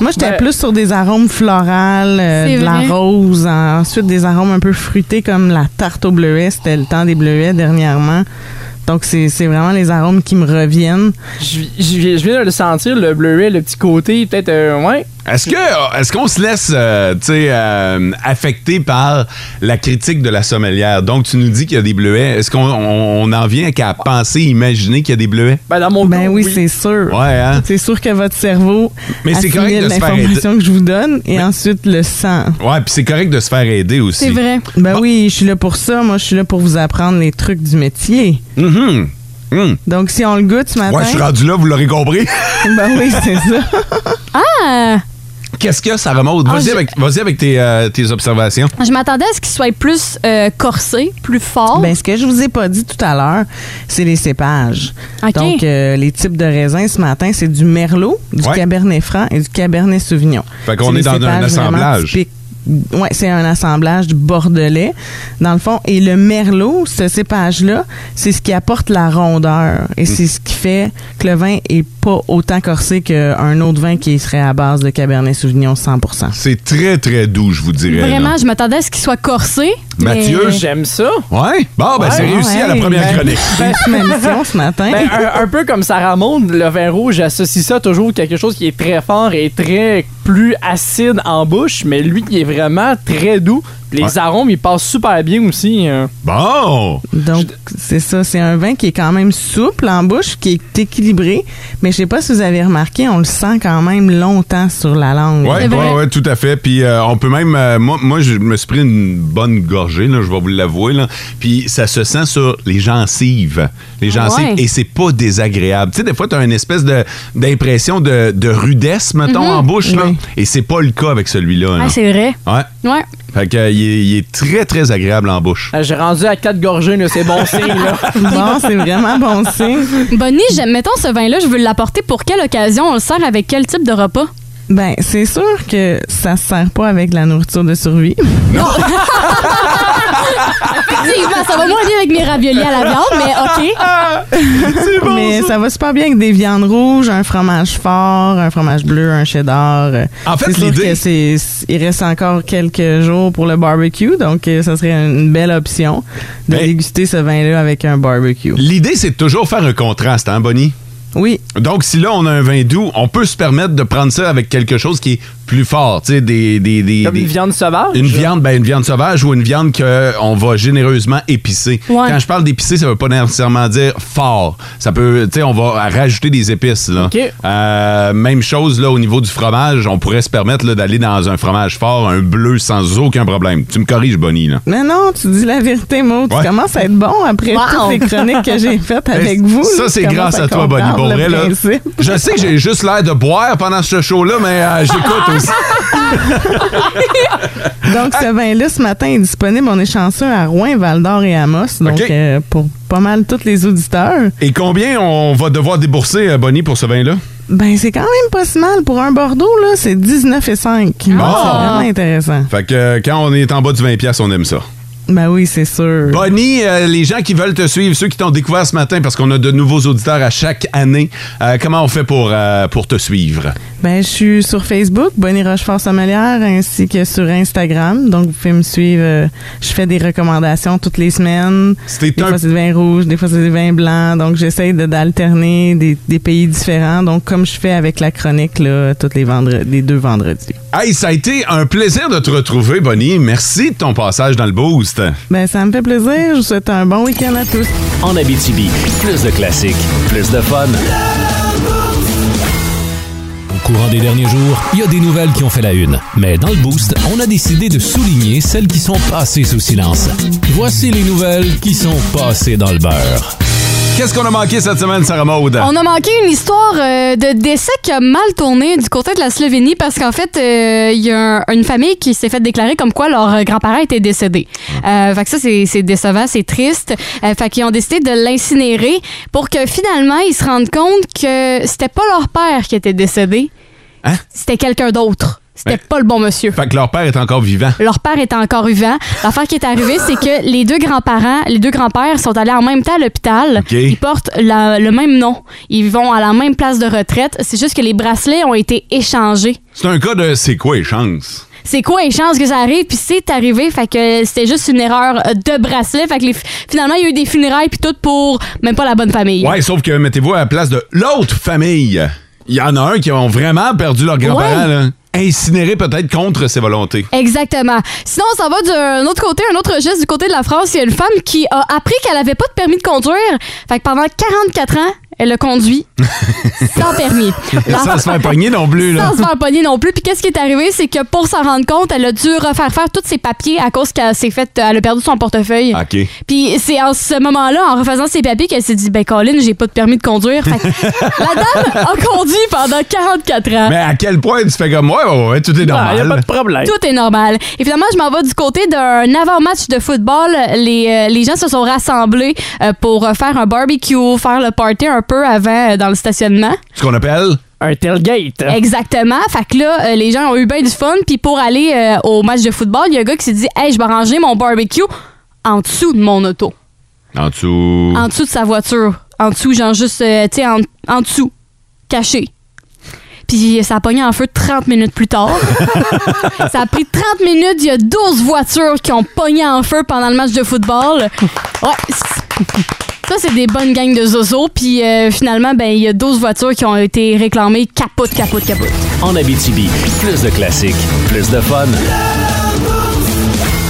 Moi, j'étais
Ben-
plus sur des arômes florales, euh,
C'est
de la
vrai.
rose, en- ensuite des arômes un peu fruités comme la tarte aux bleuets. C'était le temps des bleuets dernièrement. Donc, c'est c'est vraiment les arômes qui me reviennent.
Je je viens je viens de le sentir, le bleuet, le petit côté, peut-être, euh, ouais.
Est-ce que est-ce qu'on se laisse euh, tu sais, euh, affecter par la critique de la sommelière? Donc tu nous dis qu'il y a des bleuets. Est-ce qu'on on- on en vient qu'à penser, imaginer qu'il y a des bleuets?
Ben, dans mon
Ben
cas,
oui, c'est sûr.
Ah Ouais, hein?
C'est sûr que votre cerveau
Mais c'est correct
assimile
de se faire
l'information que je vous donne et ensuite le sent.
Ouais, puis c'est correct de se faire aider aussi.
C'est vrai.
Ben
Bon.
oui, je suis là pour ça. Moi, je suis là pour vous apprendre les trucs du métier.
Mhm. Mhm.
Donc, si on le goûte ce matin,
Ouais, je suis rendu là, vous l'aurez compris.
ben oui, c'est ça.
Ah!
Qu'est-ce qu'il y a, Sarah Maud?
Ah,
Vas-y
j'ai-
avec, vas-y avec tes, euh, tes observations.
Je m'attendais à ce qu'il soit plus euh, corsé, plus fort.
Ben, ce que je vous ai pas dit tout à l'heure, c'est les cépages.
OK.
Donc, euh, les types de raisins ce matin, c'est du merlot, du
Ouais.
cabernet franc et du cabernet sauvignon.
Fait qu'on
C'est
est
des
dans un
cépages vraiment
assemblage.
typiques. Ouais, c'est un assemblage du bordelais dans le fond et le merlot, ce cépage là, c'est ce qui apporte la rondeur et c'est ce qui fait que le vin est pas autant corsé qu'un autre vin qui serait à base de cabernet sauvignon 100%.
C'est très, très doux, je vous dirais. là.
Vraiment, je m'attendais à ce qu'il soit corsé.
Mathieu,
mais-
J'aime ça.
Ouais? Bon, ben,
Ouais,
c'est réussi à la
ouais,
première
ben-
chronique.
Ben, je suis mission ce matin.
Ben, un, un peu comme Sarah Monde, le vin rouge, j'associe ça toujours à quelque chose qui est très fort et très plus acide en bouche, mais lui qui est vraiment très doux. Les
Ouais.
arômes, ils passent super bien aussi. euh.
Bon!
Donc, c'est ça, c'est un vin qui est quand même souple en bouche, qui est équilibré, mais je sais pas si vous avez remarqué, on le sent quand même longtemps sur la langue.
Ouais,
C'est vrai.
ouais, ouais, tout à fait. Puis euh, on peut même, euh, moi, moi, je me suis pris une bonne gorgée, là, je vais vous l'avouer. là. Puis ça se sent sur les gencives, les
Ah
gencives,
ouais.
et c'est pas désagréable. Tu sais, des fois, t'as une espèce de d'impression de, de rudesse, mettons, en bouche, là,
Oui.
et c'est pas le cas avec celui-là. là.
Mm-hmm. Ah, c'est vrai.
ouais.
Ouais.
Fait que, euh, il, est, il est très, très agréable en bouche.
Euh, J'ai rendu à quatre gorgées, là, c'est bon signe. là.
Bon, c'est vraiment bon signe.
Bonnie, j'aime- mettons ce vin-là, je veux l'apporter pour quelle occasion? On le sert avec quel type de repas?
Ben, c'est sûr que ça se sert pas avec la nourriture de survie.
Effectivement, ça va moins bien avec mes raviolis à la viande, mais OK.
mais ça. va super bien avec des viandes rouges, un fromage fort, un fromage bleu, un cheddar. Euh,
En fait,
c'est sûr
l'idée-
que c'est c'est- il reste encore quelques jours pour le barbecue, donc euh, ça serait une belle option de
Ben-
déguster ce vin-là avec un barbecue.
L'idée, c'est de toujours faire un contraste, hein, Bonnie?
Oui,
Donc, si là, on a un vin doux, on peut se permettre de prendre ça avec quelque chose qui est plus fort, tu sais, des... des, des-
Comme
des-
une viande sauvage.
Une viande, ben une viande sauvage ou une viande qu'on va généreusement épicer.
Ouais.
Quand je parle d'épicer, ça veut pas nécessairement dire fort. Ça peut, tu sais, on va rajouter des épices. Là.
OK.
Euh, même chose là au niveau du fromage, on pourrait se permettre là, d'aller dans un fromage fort, un bleu sans aucun problème. Tu me corriges, Bonnie là.
Mais non, tu dis la vérité, Maud.
Ouais.
Tu commences à être bon après
Wow.
toutes les chroniques que j'ai faites avec
Ben,
vous.
Ça,
là,
c'est
tu
grâce
commences
à toi, Bonnie.
comprendre
Pour
le
vrai, là,
principe.
je sais que j'ai juste l'air de boire pendant ce show-là, mais euh, j'écoute aussi.
Donc,
Ah!
ce vin-là, ce matin, est disponible. On est chanceux à Rouen, Val-d'Or et Amos. Donc,
OK.
euh, pour pas mal tous les auditeurs,
Et combien on va devoir débourser, euh, Bonnie, pour ce vin-là?
ben c'est quand même pas si mal. Pour un Bordeaux, là, c'est 19 et 5.
Ah!
C'est vraiment intéressant.
Fait que euh, quand on est en bas du 20$, on aime ça.
Ben oui, c'est sûr.
Bonnie, euh, les gens qui veulent te suivre, ceux qui t'ont découvert ce matin, parce qu'on a de nouveaux auditeurs à chaque année, euh, comment on fait pour, euh, pour te suivre?
Ben, je suis sur Facebook, Bonnie Rochefort Sommelière, ainsi que sur Instagram. Donc, vous pouvez me suivre. Euh, Je fais des recommandations toutes les semaines.
C'était
Des
un-
fois, c'est des vins rouges, des fois, c'est des vins blancs. Donc, j'essaie de- d'alterner des, des pays différents. Donc, comme je fais avec la chronique, là, tous les vendredis, les deux vendredis.
Hey, ça a été un plaisir de te retrouver, Bonnie. Merci de ton passage dans le boost.
Ben, ça me fait plaisir. Je vous souhaite un bon week-end à tous.
En Abitibi, plus de classiques, plus de fun. Au courant des derniers jours, il y a des nouvelles qui ont fait la une. Mais dans le Boost, on a décidé de souligner celles qui sont passées sous silence. Voici les nouvelles qui sont passées dans le beurre.
Qu'est-ce qu'on a manqué cette semaine, Sarah Maud?
On a manqué une histoire euh, de décès qui a mal tourné du côté de la Slovénie parce qu'en fait, euh, il y a un- une famille qui s'est fait déclarer comme quoi leur euh, grand-parent était décédé.
Ah.
Euh, fait que ça, c'est c'est décevant, c'est triste. Euh, fait qu'ils ont décidé de l'incinérer pour que finalement, ils se rendent compte que c'était pas leur père qui était décédé.
Hein?
C'était quelqu'un d'autre. C'était
Ben-
pas le bon monsieur.
Fait que leur père est encore vivant.
Leur père était encore vivant. L'affaire qui est arrivée, c'est que les deux grands-parents, les deux grands-pères sont allés en même temps à l'hôpital.
OK.
Ils portent la- le même nom. Ils vont à la même place de retraite. C'est juste que les bracelets ont été échangés.
C'est un cas de c'est quoi les chances?
C'est quoi les chances que ça arrive? Puis c'est arrivé, fait que c'était juste une erreur de bracelet. Fait que les- finalement, il y a eu des funérailles puis tout pour même pas la bonne famille.
Ouais, sauf que mettez-vous à la place de l'autre famille. Il y en a un qui ont vraiment perdu leurs grands-parents,
Ouais.
là. Incinérés peut-être contre ses volontés.
Exactement. Sinon, on s'en va d'un autre côté, un autre geste du côté de la France. Il y a une femme qui a appris qu'elle n'avait pas de permis de conduire. Fait que pendant 44 ans, elle a conduit sans permis.
Sans se faire pogner non plus, là.
Sans se faire pogner non plus. Puis qu'est-ce qui est arrivé, c'est que pour s'en rendre compte, elle a dû refaire faire tous ses papiers à cause qu'elle s'est faite, elle a perdu son portefeuille.
OK.
Puis c'est en ce moment-là, en refaisant ses papiers, qu'elle s'est dit Ben, Colin, j'ai pas de permis de conduire. Fait que la dame a conduit pendant 44 ans.
Mais à quel point tu fais comme ouais, ouais, ouais, tout est
Ah, y a pas
normal.
de problème.
Tout est normal. Et finalement, je m'en vais du côté d'un avant-match de football. Les, euh, les gens se sont rassemblés euh, pour euh, faire un barbecue, faire le party un peu avant euh, dans le stationnement.
Ce qu'on appelle
Un tailgate.
Exactement. Fait que là, euh, les gens ont eu bien du fun. Puis pour aller euh, au match de football, il y a un gars qui s'est dit Hey, je vais ranger mon barbecue en dessous de mon auto,
en dessous.
en dessous de sa voiture, en dessous, genre juste, euh, tu sais, en, en dessous, caché. Puis ça a pogné en feu 30 minutes plus tard. ça a pris 30 minutes. Il y a 12 voitures qui ont pogné en feu pendant le match de football. Ouais. c'est- Ça, c'est des bonnes gangs de zozo. Puis euh, finalement, ben, il y a 12 voitures qui ont été réclamées capote, capote, capote.
En Abitibi, plus de classiques, plus de fun.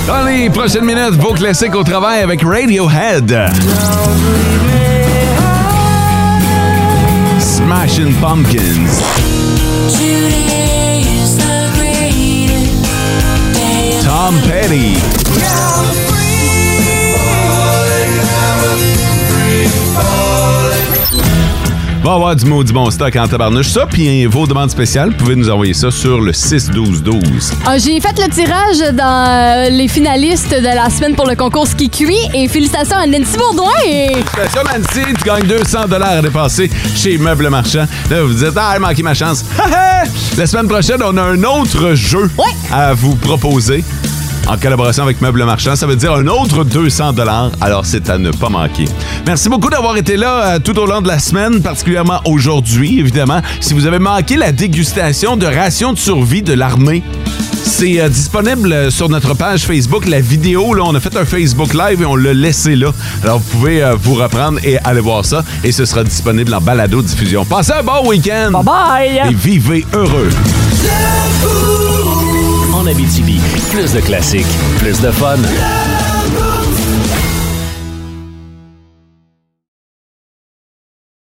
Dans les prochaines minutes, vos classiques au travail avec Radiohead. Smashing Pumpkins. Tom Petty. Va avoir du maudit bon stock en tabarnouche. Ça, puis vos demandes spéciales, vous pouvez nous envoyer ça sur le 6-12-12.
Ah, J'ai fait le tirage dans euh, les finalistes de la semaine pour le concours Ski Cuit et félicitations à Nancy Bourdouin. Et...
Félicitations, Nancy, tu gagnes 200 dollars à dépasser chez Meubles Marchand. Là, vous vous dites, ah, j'ai manqué ma chance. La semaine prochaine, on a un autre jeu
Ouais.
à vous proposer en collaboration avec Meubles Marchand. Ça veut dire un autre 200 dollars. Alors, c'est à ne pas manquer. Merci beaucoup d'avoir été là euh, tout au long de la semaine, particulièrement aujourd'hui, évidemment. Si vous avez manqué la dégustation de rations de survie de l'armée, c'est euh, disponible euh, sur notre page Facebook. La vidéo, là, on a fait un Facebook Live et on l'a laissé là. Alors, vous pouvez euh, vous reprendre et aller voir ça. Et ce sera disponible en balado-diffusion. Passez un bon week-end!
Bye bye!
Et vivez heureux!
En Abitibi, plus de classiques, plus de fun.